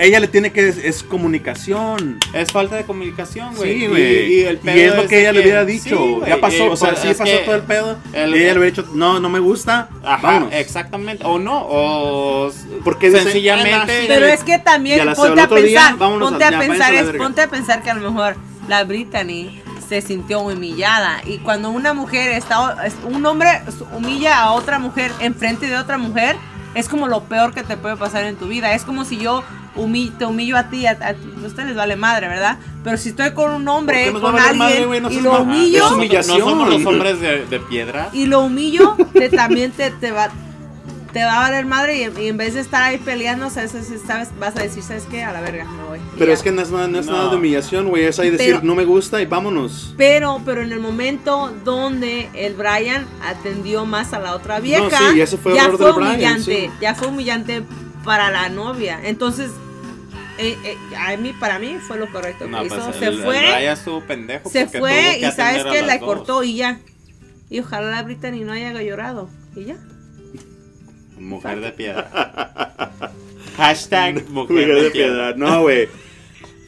Ella le tiene que. Es, es comunicación.
Es falta de comunicación, güey.
Sí,
Y-
Ah, güey.
Y,
Y,
el pedo
es lo que eh, ella le
de
hubiera
que-
dicho.
sí, güey.
ya pasó.
Y
o sea,
por-
sí
es
pasó
que-
todo pues, el pedo.
el-
y ella le hubiera dicho, no, no me gusta.
Ajá,
vámonos.
exactamente. O no, o s-
Porque dice,
sencillamente. Ah,
Pero es que
Y a
también
las-
ponte
al
a
otro día,
pensar,
vámonos
ponte
a-
a
ya, váyanse a
pensar,
la
es-
verga.
ponte a pensar que a lo mejor la Brittany se sintió humillada y cuando una mujer está es- un hombre humilla a otra mujer enfrente de otra mujer es como lo peor que te puede pasar en tu vida. Es como si yo humi- te humillo a ti, a, a- a ustedes les vale madre, ¿verdad? Pero si estoy con un hombre,
¿Por qué nos va a
con
valer
alguien
madre, güey? No
y
seas
lo
mamá.
humillo,
Es
Nosotros no somos
humillación.
los hombres de, de piedra.
y lo humillo, te, también te, te va. te va a valer madre y, y en vez de estar ahí peleando, ¿sabes? ¿sabes? Vas a decir, ¿sabes qué? A la verga, me voy. Y
Pero
ya.
es que no es nada, no es
No.
nada de humillación, güey. Es ahí decir,
Pero-
no me gusta y vámonos.
Pero, pero en el momento donde el Brian atendió más a la otra vieja,
No, sí, ese fue
ya
error
fue
del Brian,
humillante,
sí.
ya fue humillante para la novia. Entonces, eh, eh, a mí, para mí fue lo correcto que
No,
hizo.
pues el,
se
el
fue,
Brian estuvo pendejo.
se
porque
fue
tuvo
y sabes
atender a
que
las
la
dos.
cortó y ya. Y ojalá la Brittany no haya llorado. Y ya.
Mujer de piedad. Hashtag
Mujer de piedad, no, güey.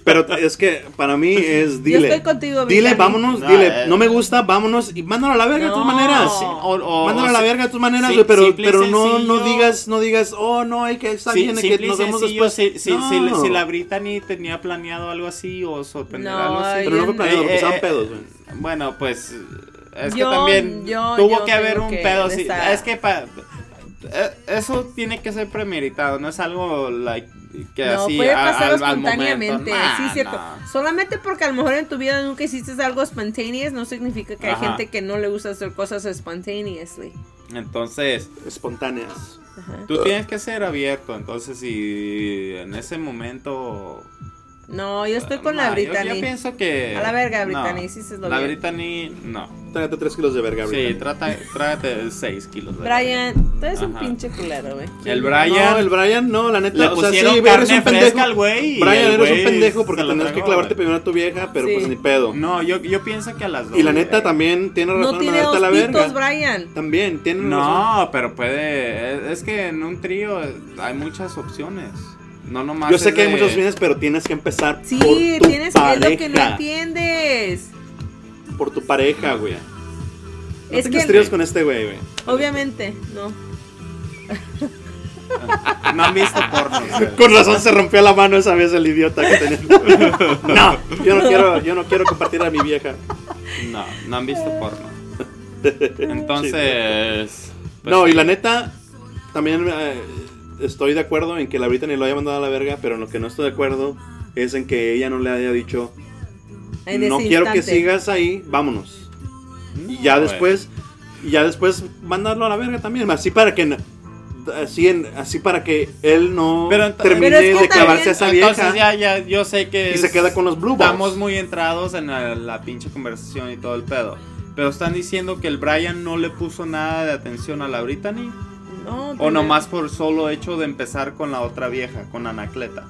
Pero t- es que para mí es dile.
Yo estoy contigo,
Dile,
Brittany.
vámonos,
No,
dile,
eh.
no me gusta, vámonos y mándalo a la verga de
No.
tus maneras.
Sí,
O, o,
Mándalo a la
si-
verga de tus maneras,
sí,
güey, pero,
simple y
pero no, no
sencillo.
digas, no digas, oh, no, hay que estar
Sí,
bien, hay que
simple y
nos vemos
sencillo,
después.
Si, si- si-
No.
si la Brittany tenía planeado algo así o sorprender
No,
algo así.
Pero no fue planeado,
Eh,
porque
eh,
estaban
eh,
pedos, güey.
Bueno, pues es
Yo-
que también
yo-
tuvo
yo
que haber
tengo
un
que
pedo. sí.
esa-
Es que pa- eh, eso tiene que ser premeditado, no es algo like, que
No,
así
puede
a- al-
pasar
al
espontáneamente,
momento. Ah, Nah,
sí, es cierto.
nah.
Solamente porque a lo mejor en tu vida nunca hiciste algo espontáneo, no significa que hay
Ajá.
gente que no le gusta hacer cosas espontáneamente.
Entonces,
Espontáneas.
tú tienes que ser abierto. Entonces, si en ese momento.
No, yo estoy con la
Nah, Ah, yo- Yo,
Brittany.
pienso que.
A la verga, Brittany,
no.
sí, sí, es lo
La
bien.
Brittany, no.
Trágate tres kilos de verga,
Sí,
Brittany.
trata, trágate 6 kilos. de
Brian, tú eres un
Ajá.
pinche culero, güey.
El
no,
Brian
el Brian, no, la neta,
le
o sea, sí,
pusieron
eres
carne
un
fresca al
pendejo.
güey. y
Brian,
el
eres un
güey
pendejo porque
se la
tenías que
tragó,
clavarte
güey.
primero a tu vieja, pero
Sí.
pues ni pedo.
No, yo, yo pienso que a las dos.
y la
güey.
neta también tiene razón
No
de
tiene
darte
dos
a la verga.
pitos, Brian.
También tiene razón.
No, pero puede. Es es que en un trío hay muchas opciones. No nomás.
Yo sé
es
que hay
de-
muchos bienes, pero tienes que empezar
Sí,
por tu
tienes que es
pareja.
lo que no entiendes.
Por tu pareja, güey. No
Es
tengas
que-
tríos con este güey, güey.
Obviamente, no.
No han visto porno. güey.
Con razón se rompió la mano esa vez el idiota que tenía. no, yo no quiero, yo no quiero compartir a mi vieja.
Pues No, no han visto porno. Entonces. pues,
no, y la neta, también eh, estoy de acuerdo en que la Brittany lo haya mandado a la verga, pero en lo que no estoy de acuerdo es en que ella no le haya dicho,
En
no
ese
quiero que
instante.
sigas ahí, vámonos.
pues, no,
Y ya
güey.
después, y ya después mandarlo a la verga también, así para que así, en- así para que él no
Pero ent-
termine
Pero es que
de clavarse a esa
también-
vieja
Entonces ya, ya, yo sé que.
y se
es-
queda con los blue balls.
Estamos muy entrados en la, la pinche conversación y todo el pedo. Pero están diciendo que el Brian no le puso nada de atención a la Brittany.
No,
O
también
nomás por solo hecho de empezar con la otra vieja, con Anacleta.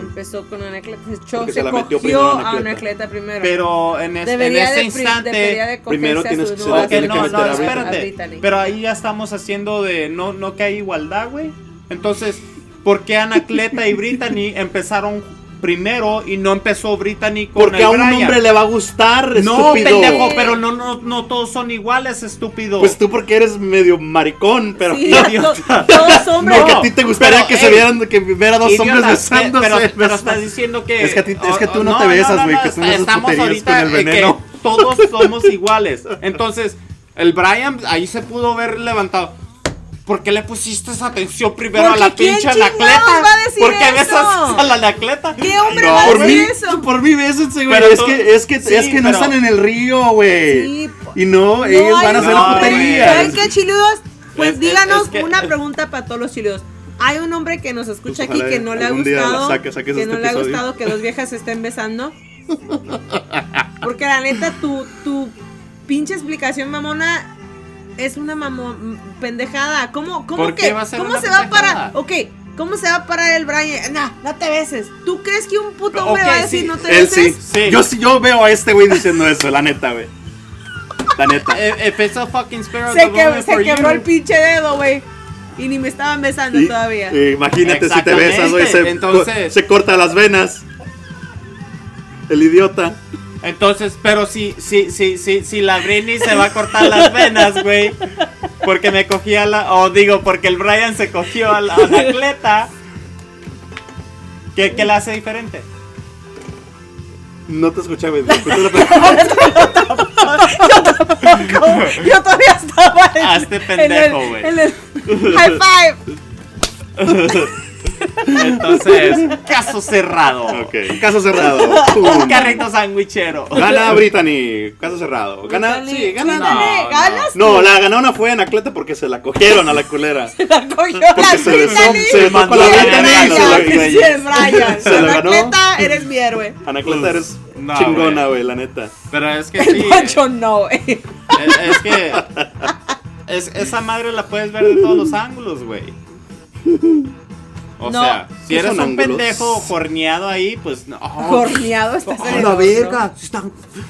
Empezó con Anacleta.
Porque
Choc
se
se
la metió
cogió
primero
a
Anacleta.
Anacleta primero.
Pero en, es- en
Debería
este
de pri- debería
instante.
de
primero
cogerse a
tienes
su
que
nueva
Ok,
se
novia.
la tiene
no,
que
no,
meter a
A
Brittany.
espérate.
Brittany.
Pero ahí ya estamos haciendo de. No, no que hay igualdad, güey. Entonces, ¿por qué Anacleta y Brittany empezaron primero y no empezó Brittany con
Porque
el
a un
Brian?
hombre le va a gustar,
No,
estúpido.
pendejo, pero no, no, no todos son iguales, estúpido.
Pues tú porque eres medio maricón, pero
Sí,
no,
to- todos hombres.
porque a ti te gustaría
pero,
que se
ey,
vieran que viera dos
Idiota,
hombres besándose.
Pero, pero
¿verdad?
estás diciendo que. oh,
Es que a ti- es que
o-
tú
o-
no te besas, güey, que tú no haces
estamos
puterías con
ahorita
el
en que
veneno.
todos somos iguales. Entonces, el Brian ahí se pudo haber levantado. ¿Por qué le pusiste esa atención primero a
Porque
la
¿quién
pinche
chingados
anacleta?
va a decir
¿Por qué
eso?
besas a la anacleta?
¿Qué hombre
No,
va a
por mí,
decir eso?
por mí bésense, güey.
Pero
Es
tú-
que, es que,
sí,
es que no
pero-
están en el río, güey.
Sí,
y no, ellos van a
hay
hacer
un
no,
hombre-
puterías.
¿Saben qué, chiludos? Pues
Es- es-
díganos
es que- eh,
una pregunta para todos los chiludos. Hay un hombre que nos escucha
Pues,
aquí
ojalá
que no le ha
algún día la
gustado
saque- saques
que
este
no le ha
episodio.
gustado que dos viejas se estén besando. Porque la neta tu tu pinche explicación mamona es una mamón pendejada. ¿Cómo cómo
¿Por
que
qué va a ser
cómo
una
se va a parar?
pendejada?
Ok, ¿Cómo se va a parar el Brian? Nah, no te beses. ¿Tú crees que un puto
Ok,
hombre va a decir
sí,
no te
Él
beses?
sí.
Sí.
Yo sí, yo veo a este güey diciendo eso, la neta, güey. La neta.
If if it's a Eh, fucking sparrow,
Se,
the
que-
moment
se
for
quebró
you.
el pinche dedo, güey. Y ni me estaban besando
Y-
todavía.
y imagínate si te besas, güey. Se,
Entonces-
se corta las venas. El idiota.
Entonces, pero si, si, si, si, si la Britney se va a cortar las venas, güey. Porque me cogía la. O digo, porque el Brian se cogió a la anacleta. ¿Qué, qué la hace diferente?
No te escuché, güey. Escuché la pregunta.
Yo todavía estaba en,
Hazte
en el-
pendejo, güey.
en el high five.
Entonces, caso cerrado.
Ok, caso cerrado. Pum.
Carrito sandwichero.
Gana Brittany, caso cerrado. Gana, sí, gana.
No, no.
ganas
No, la ganona fue Anacleta porque se la cogieron a la culera.
la cogió
Porque
la
se besó,
Brittany.
se besó con la
Brittany.
Brittany y se la-
Brian, sí, Brian.
Se la ganó.
Anacleta, eres mi héroe.
Anacleta eres
No,
chingona, güey, la neta.
Pero es que
El
sí.
Poncho no, eh, güey.
Es, es que. es- esa madre la puedes ver de todos los ángulos, güey. O
No.
sea, si
¿Qué
eres un
son ángulos?
pendejo corneado ahí, pues no.
Oh.
Corneado estás en
¡A
el
la
horno.
verga! Se está.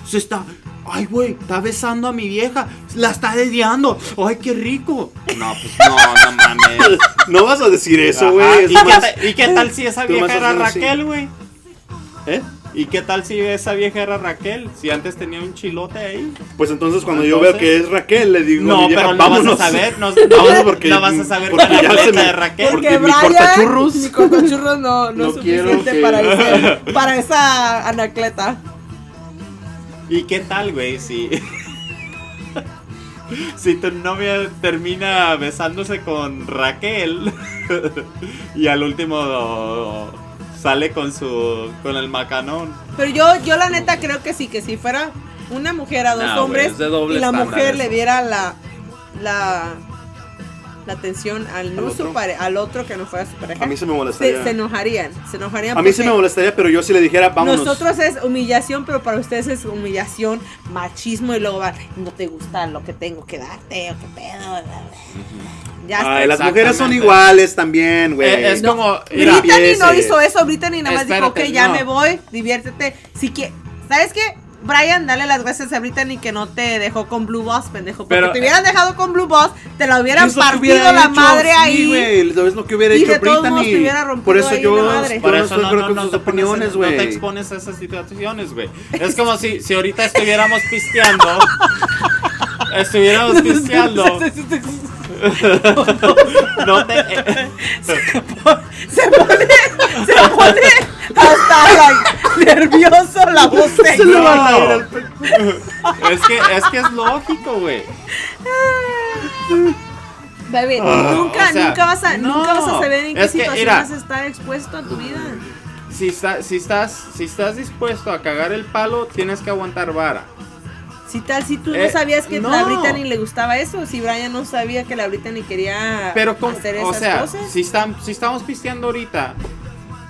Se está. Ay, güey, está besando a mi vieja. La está dediando. Ay, qué rico. No, pues no, no mames.
No vas a decir eso,
Ajá.
güey. es
¿Y,
más-
qué ta- y qué tal si esa
tú
vieja
más
era
haciendo así.
Raquel, güey?
¿Eh?
¿Y qué tal si esa vieja era Raquel? Si antes tenía un chilote ahí.
Pues entonces cuando yo veo
Entonces-
que es Raquel, le digo,
No,
a mi vieja,
pero no
vámonos.
vas a saber. No,
Vámonos
no,
porque-
no vas a saber
porque
cuál es
ya
la
se
letra
me-
de Raquel.
porque
Porque
mi
Brian,
cortachurros-
mi cortachurros no, no,
No
es
quiero
suficiente
que-
para, ese- para esa anacleta.
¿Y qué tal, güey? Si. Si tu novia termina besándose con Raquel y al último sale con su con el macanón.
Pero yo, yo la neta creo que sí, que si fuera una mujer a dos
No, güey,
hombres
es de doble
y la
estándar
mujer
eso.
le diera la la la atención al no
¿Al
su
otro?
pare- al otro que no fuera su pareja.
A mí se me
se,
molestaría.
se enojarían, se enojarían.
A mí se me
porque
molestaría, pero yo si le dijera, vámonos.
Nosotros es humillación, pero para ustedes es humillación, machismo y luego van, no te gusta lo que tengo que darte o qué pedo. bla, bla". Ya está.
Ay, las mujeres son
Exactamente.
iguales también, güey.
Eh, es como. mira,
Brittany no
empiece.
hizo eso, Brittany nada más dijo,
Espérate,
ok, ya
no.
me voy, diviértete. Si que, ¿sabes qué? Brian, dale las gracias a Brittany que no te dejó con Blue Boss, pendejo. Porque
Pero- eh,
te hubieran dejado con Blue Boss, te la hubieran
Eso que
partido
hubiera
la
hecho,
madre
sí,
ahí.
güey, lo- es lo que hubiera
Y
hecho
de todos modos te
Brittany.
hubiera rompido
Por eso
ahí
yo,
la madre.
yo
Por
no
eso
estoy de
no,
acuerdo
no,
con
no
sus
te pones en-
opiniones,
no te
güey.
expones a esas situaciones, güey. Es como si, si ahorita estuviéramos pisteando. estuviéramos pisteando. no te. eh,
se pone, se pone hasta like, nervioso la voz
Se le va
seca.
a ir al pe-
es, que, es que es lógico, güey.
Bebé,
Ah,
nunca,
o sea,
nunca vas a,
no.
nunca vas a saber en qué
Es que,
situaciones
mira.
está expuesto en tu vida.
Si, está- si, estás, si estás dispuesto a cagar el palo, tienes que aguantar vara.
Si tal, si tú no
Eh,
sabías que a la
no.
Brittany le gustaba eso, si Brian no sabía que la Brittany quería
Pero con,
hacer
o
esas
sea,
cosas.
si, están, si estamos pisteando ahorita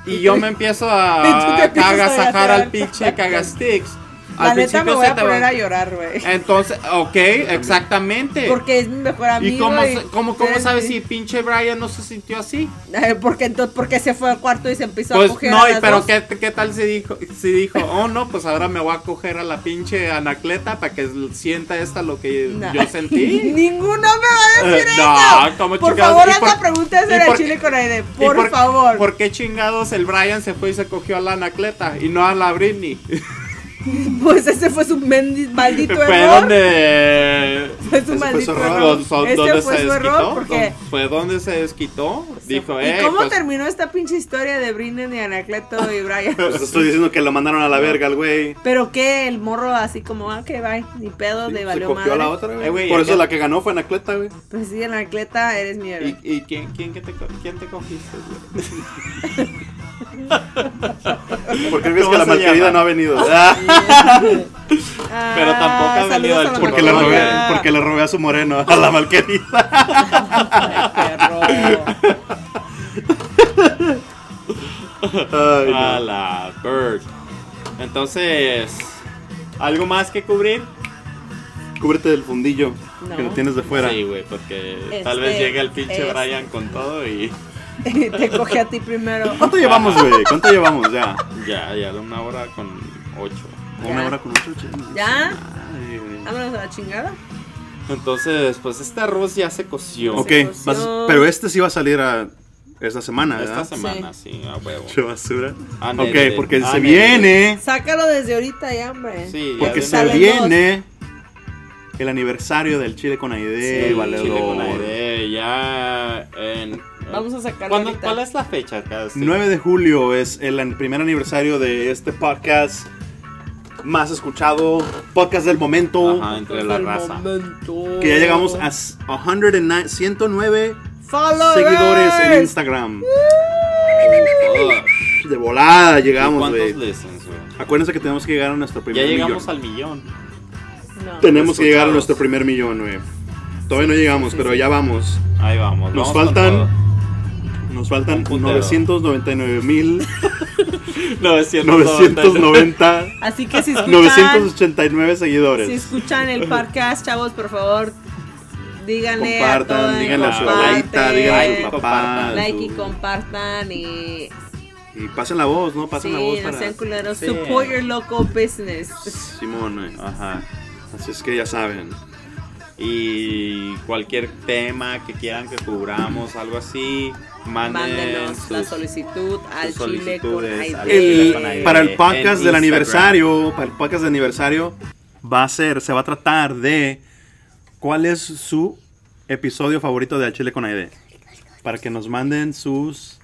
y
Y
yo
tú-
me empiezo
y tú te
a
empiezas a
cagasajar
gatear.
al pinche cagastix,
la
al
neta me
principio
voy
se
a
te va-
poner a llorar, güey.
Entonces, ok, exactamente.
Porque es mi mejor
Eh,
amigo.
¿Y cómo,
y-
cómo, cómo
Pero-
sabes si pinche Brian no se sintió así?
Eh, Porque, entonces, porque se fue al cuarto y se empezó
Pues
a coger
no,
a
y
las
pero
dos?
¿qué, qué tal si dijo, si dijo, oh no, pues ahora me voy a coger a la pinche Anacleta para que sienta esta lo que
No.
yo sentí?
Ninguno me va a decir
Eh,
eso.
no, ¿cómo
por
chingados?
favor,
¿Y
haz
por-
la pregunta
y
esa de
por-
Chile con aire.
¿Y
Por, favor.
¿Por qué chingados el Brian se fue y se cogió a la Anacleta y no a la Britney?
Pues ese fue su mendi- maldito
fue
error.
donde
Fue su
Ese fue
maldito
su error.
error.
don- son-
Ese
donde
fue
se
su
desquitó,
error porque.
don- fue donde se desquitó, dijo, eh,
¿Y cómo
pues,
terminó esta pinche historia de Brinden y Anacleto y Brian?
Pues estoy diciendo que lo mandaron a la verga al güey.
Pero que el morro así como, ah, que bye, ni pedo, le
Se
valió
cogió a
madre.
la otra,
Eh,
güey.
güey,
Por
acá-
eso la que ganó fue Anacleta, güey.
Pues sí, Anacleta, eres mi héroe.
¿Y, y quién, quién, que te, co- quién te cogiste, güey?
¿Por qué crees
¿Cómo
que la
se
malquerida
llama?
no ha venido?
Ah,
pero tampoco ha
saludos
valido
a
el
la
churro.
Porque le, robé,
Macoya.
porque le robé a su moreno, a la malquerida.
Ay, perro.
Ay, no.
A la bird. Entonces, ¿algo más que cubrir?
Cúbrete del fundillo
No.
que lo tienes de fuera.
Sí, güey, porque tal vez
Este,
llegue el pinche
este.
Brian con todo y
Te coge a ti primero.
¿Cuánto llevamos, güey? ¿Cuánto llevamos ya?
ya, ya de una hora con ocho.
Una
Ya.
hora con ocho. chingos.
¿Ya?
Ay, güey.
Vámonos a la chingada.
Entonces, pues este arroz ya se coció.
Ok,
Se coció.
vas- pero este sí va a salir a esta semana, ¿verdad?
Esta semana, sí, a huevo.
Che basura.
Ah,
Ok,
nene.
porque
Ah,
se
nene.
viene.
Sácalo desde ahorita ya, hombre.
Sí,
Porque
ya
se
de una-
Salen
viene el aniversario del Chile con Aide,
Sí,
valedor.
chile con aire, ya en... eh,
Vamos a sacarlo
¿Cuándo-
ahorita.
¿Cuál es la fecha? Acá? Sí.
9 de julio es el an- primer aniversario de este podcast más escuchado, podcast del momento,
Ajá, entre la raza.
que ya llegamos a s- 109
Followers.
seguidores en Instagram.
Oh.
Psh, De volada llegamos,
¿Cuántos
güey.
listens, güey?
Acuérdense que tenemos que llegar a nuestro
Ya
primer millón.
llegamos al millón.
No.
Tenemos que llegar a
escuchados.
nuestro primer millón, güey. Todavía no llegamos, pero ya vamos.
Ahí vamos.
Nos
vamos con
faltan- Nos faltan
Un putero.
999.990
todo. 999.
Así que si escuchan,
989 seguidores.
si escuchan el podcast, chavos, por favor, díganle a
Compartan,
toda-
díganle a su
comparten,
abuelita, díganle a su papá.
compartan.
Like y
su-
compartan y
Y pasen la voz, ¿no? Pasen la voz
sí, no
para
sean culeros.
Sí.
Support your local business.
Simón, güey.
Ajá.
Así es que ya saben.
Y cualquier tema que quieran que cubramos, algo así, manden
Mándenos
sus-
la solicitud al
sus
chile con
solicitudes
ID.
al chile con
El-
ID.
para el
en
podcast del
Instagram.
aniversario, para el podcast del aniversario, va a ser, se va a tratar de cuál es su episodio favorito de Al Chile con Aide. Para que nos manden sus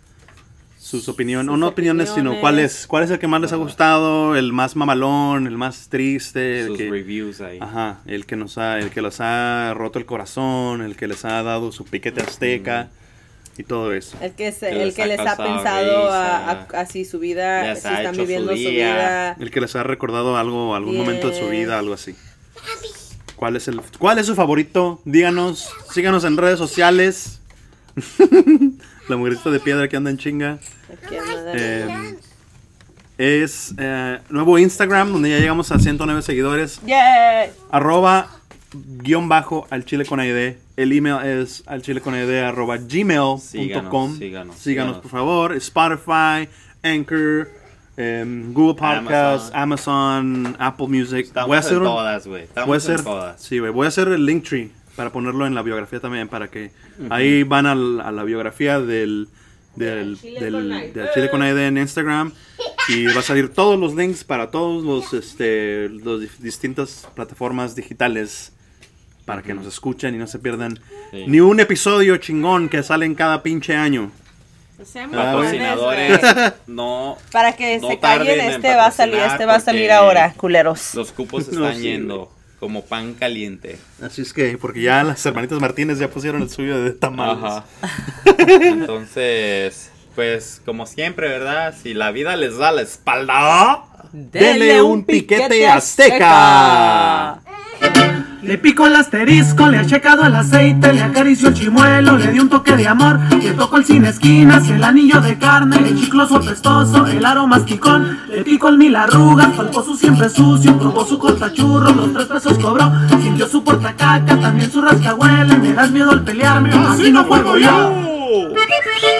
sus opiniones, o
Sus
no opiniones, sino cuál
opiniones.
es, cuál es el que más les ha gustado, el más mamalón, el más triste, el
sus
que,
reviews ahí.
ajá, el que nos ha, el que los ha roto el corazón, el que les ha dado su piquete azteca
Mm.
y todo eso.
El que, se-
Que les
el que
ha
les ha
causado
pensado a-
risa.
a- así su vida,
Les
si
ha
están
hecho su
viviendo su vida.
día.
El que les ha recordado algo, algún
Bien.
momento de su vida, algo así. ¿Cuál es, el, ¿Cuál es su favorito? Díganos, síganos en redes sociales. La mujercita de piedra que anda en chinga.
Aquí anda Dani.
Eh, es eh, nuevo Instagram, donde ya llegamos a 109 seguidores.
Yay.
Arroba guión bajo al chile con ID. El email es al chile con ID arroba gmail.com.
Síganos, síganos, síganos.
por favor. Spotify, Anchor, em, Google Podcasts, Amazon. Apple Music.
Estamos
voy a hacer
en
un-
todas, güey.
voy a
Estamos
hacer, Ah,
en todas.
sí, güey, voy a hacer el Linktree para ponerlo en la biografía también, para que ahí van al- a, la biografía del del,
Chile
del-
con Aide.
del Chile con Aide en Instagram y va a salir todos los links para todos los este los dif- distintas plataformas digitales para que nos escuchen y no se pierdan
Sí.
ni un episodio chingón que sale en cada pinche año.
Sean buenos,
Ah,
Patrocinadores,
güey.
no.
Para que
No
se callen,
tarden en
este va a salir,
patrocinar
este va a salir
porque-
ahora, culeros.
Los cupos
No,
están
sí, güey.
yendo como pan caliente.
Así es que porque ya las hermanitas Martínez ya pusieron el suyo de tamales.
Ajá. Entonces, pues como siempre, ¿verdad? Si la vida les da la espalda.
Denle un piquete azteca.
Le pico el asterisco, le ha checado el aceite, le acaricio el chimuelo, le di un toque de amor, le toco el sin esquinas, el anillo de carne, el chicloso apestoso, el aro masticón, le pico el mil arrugas, palpó su siempre sucio, probó su cortachurro, los tres pesos cobró, sintió su portacaca, también su rascahuela, me das miedo al pelearme, así no juego yo.
¡Oh!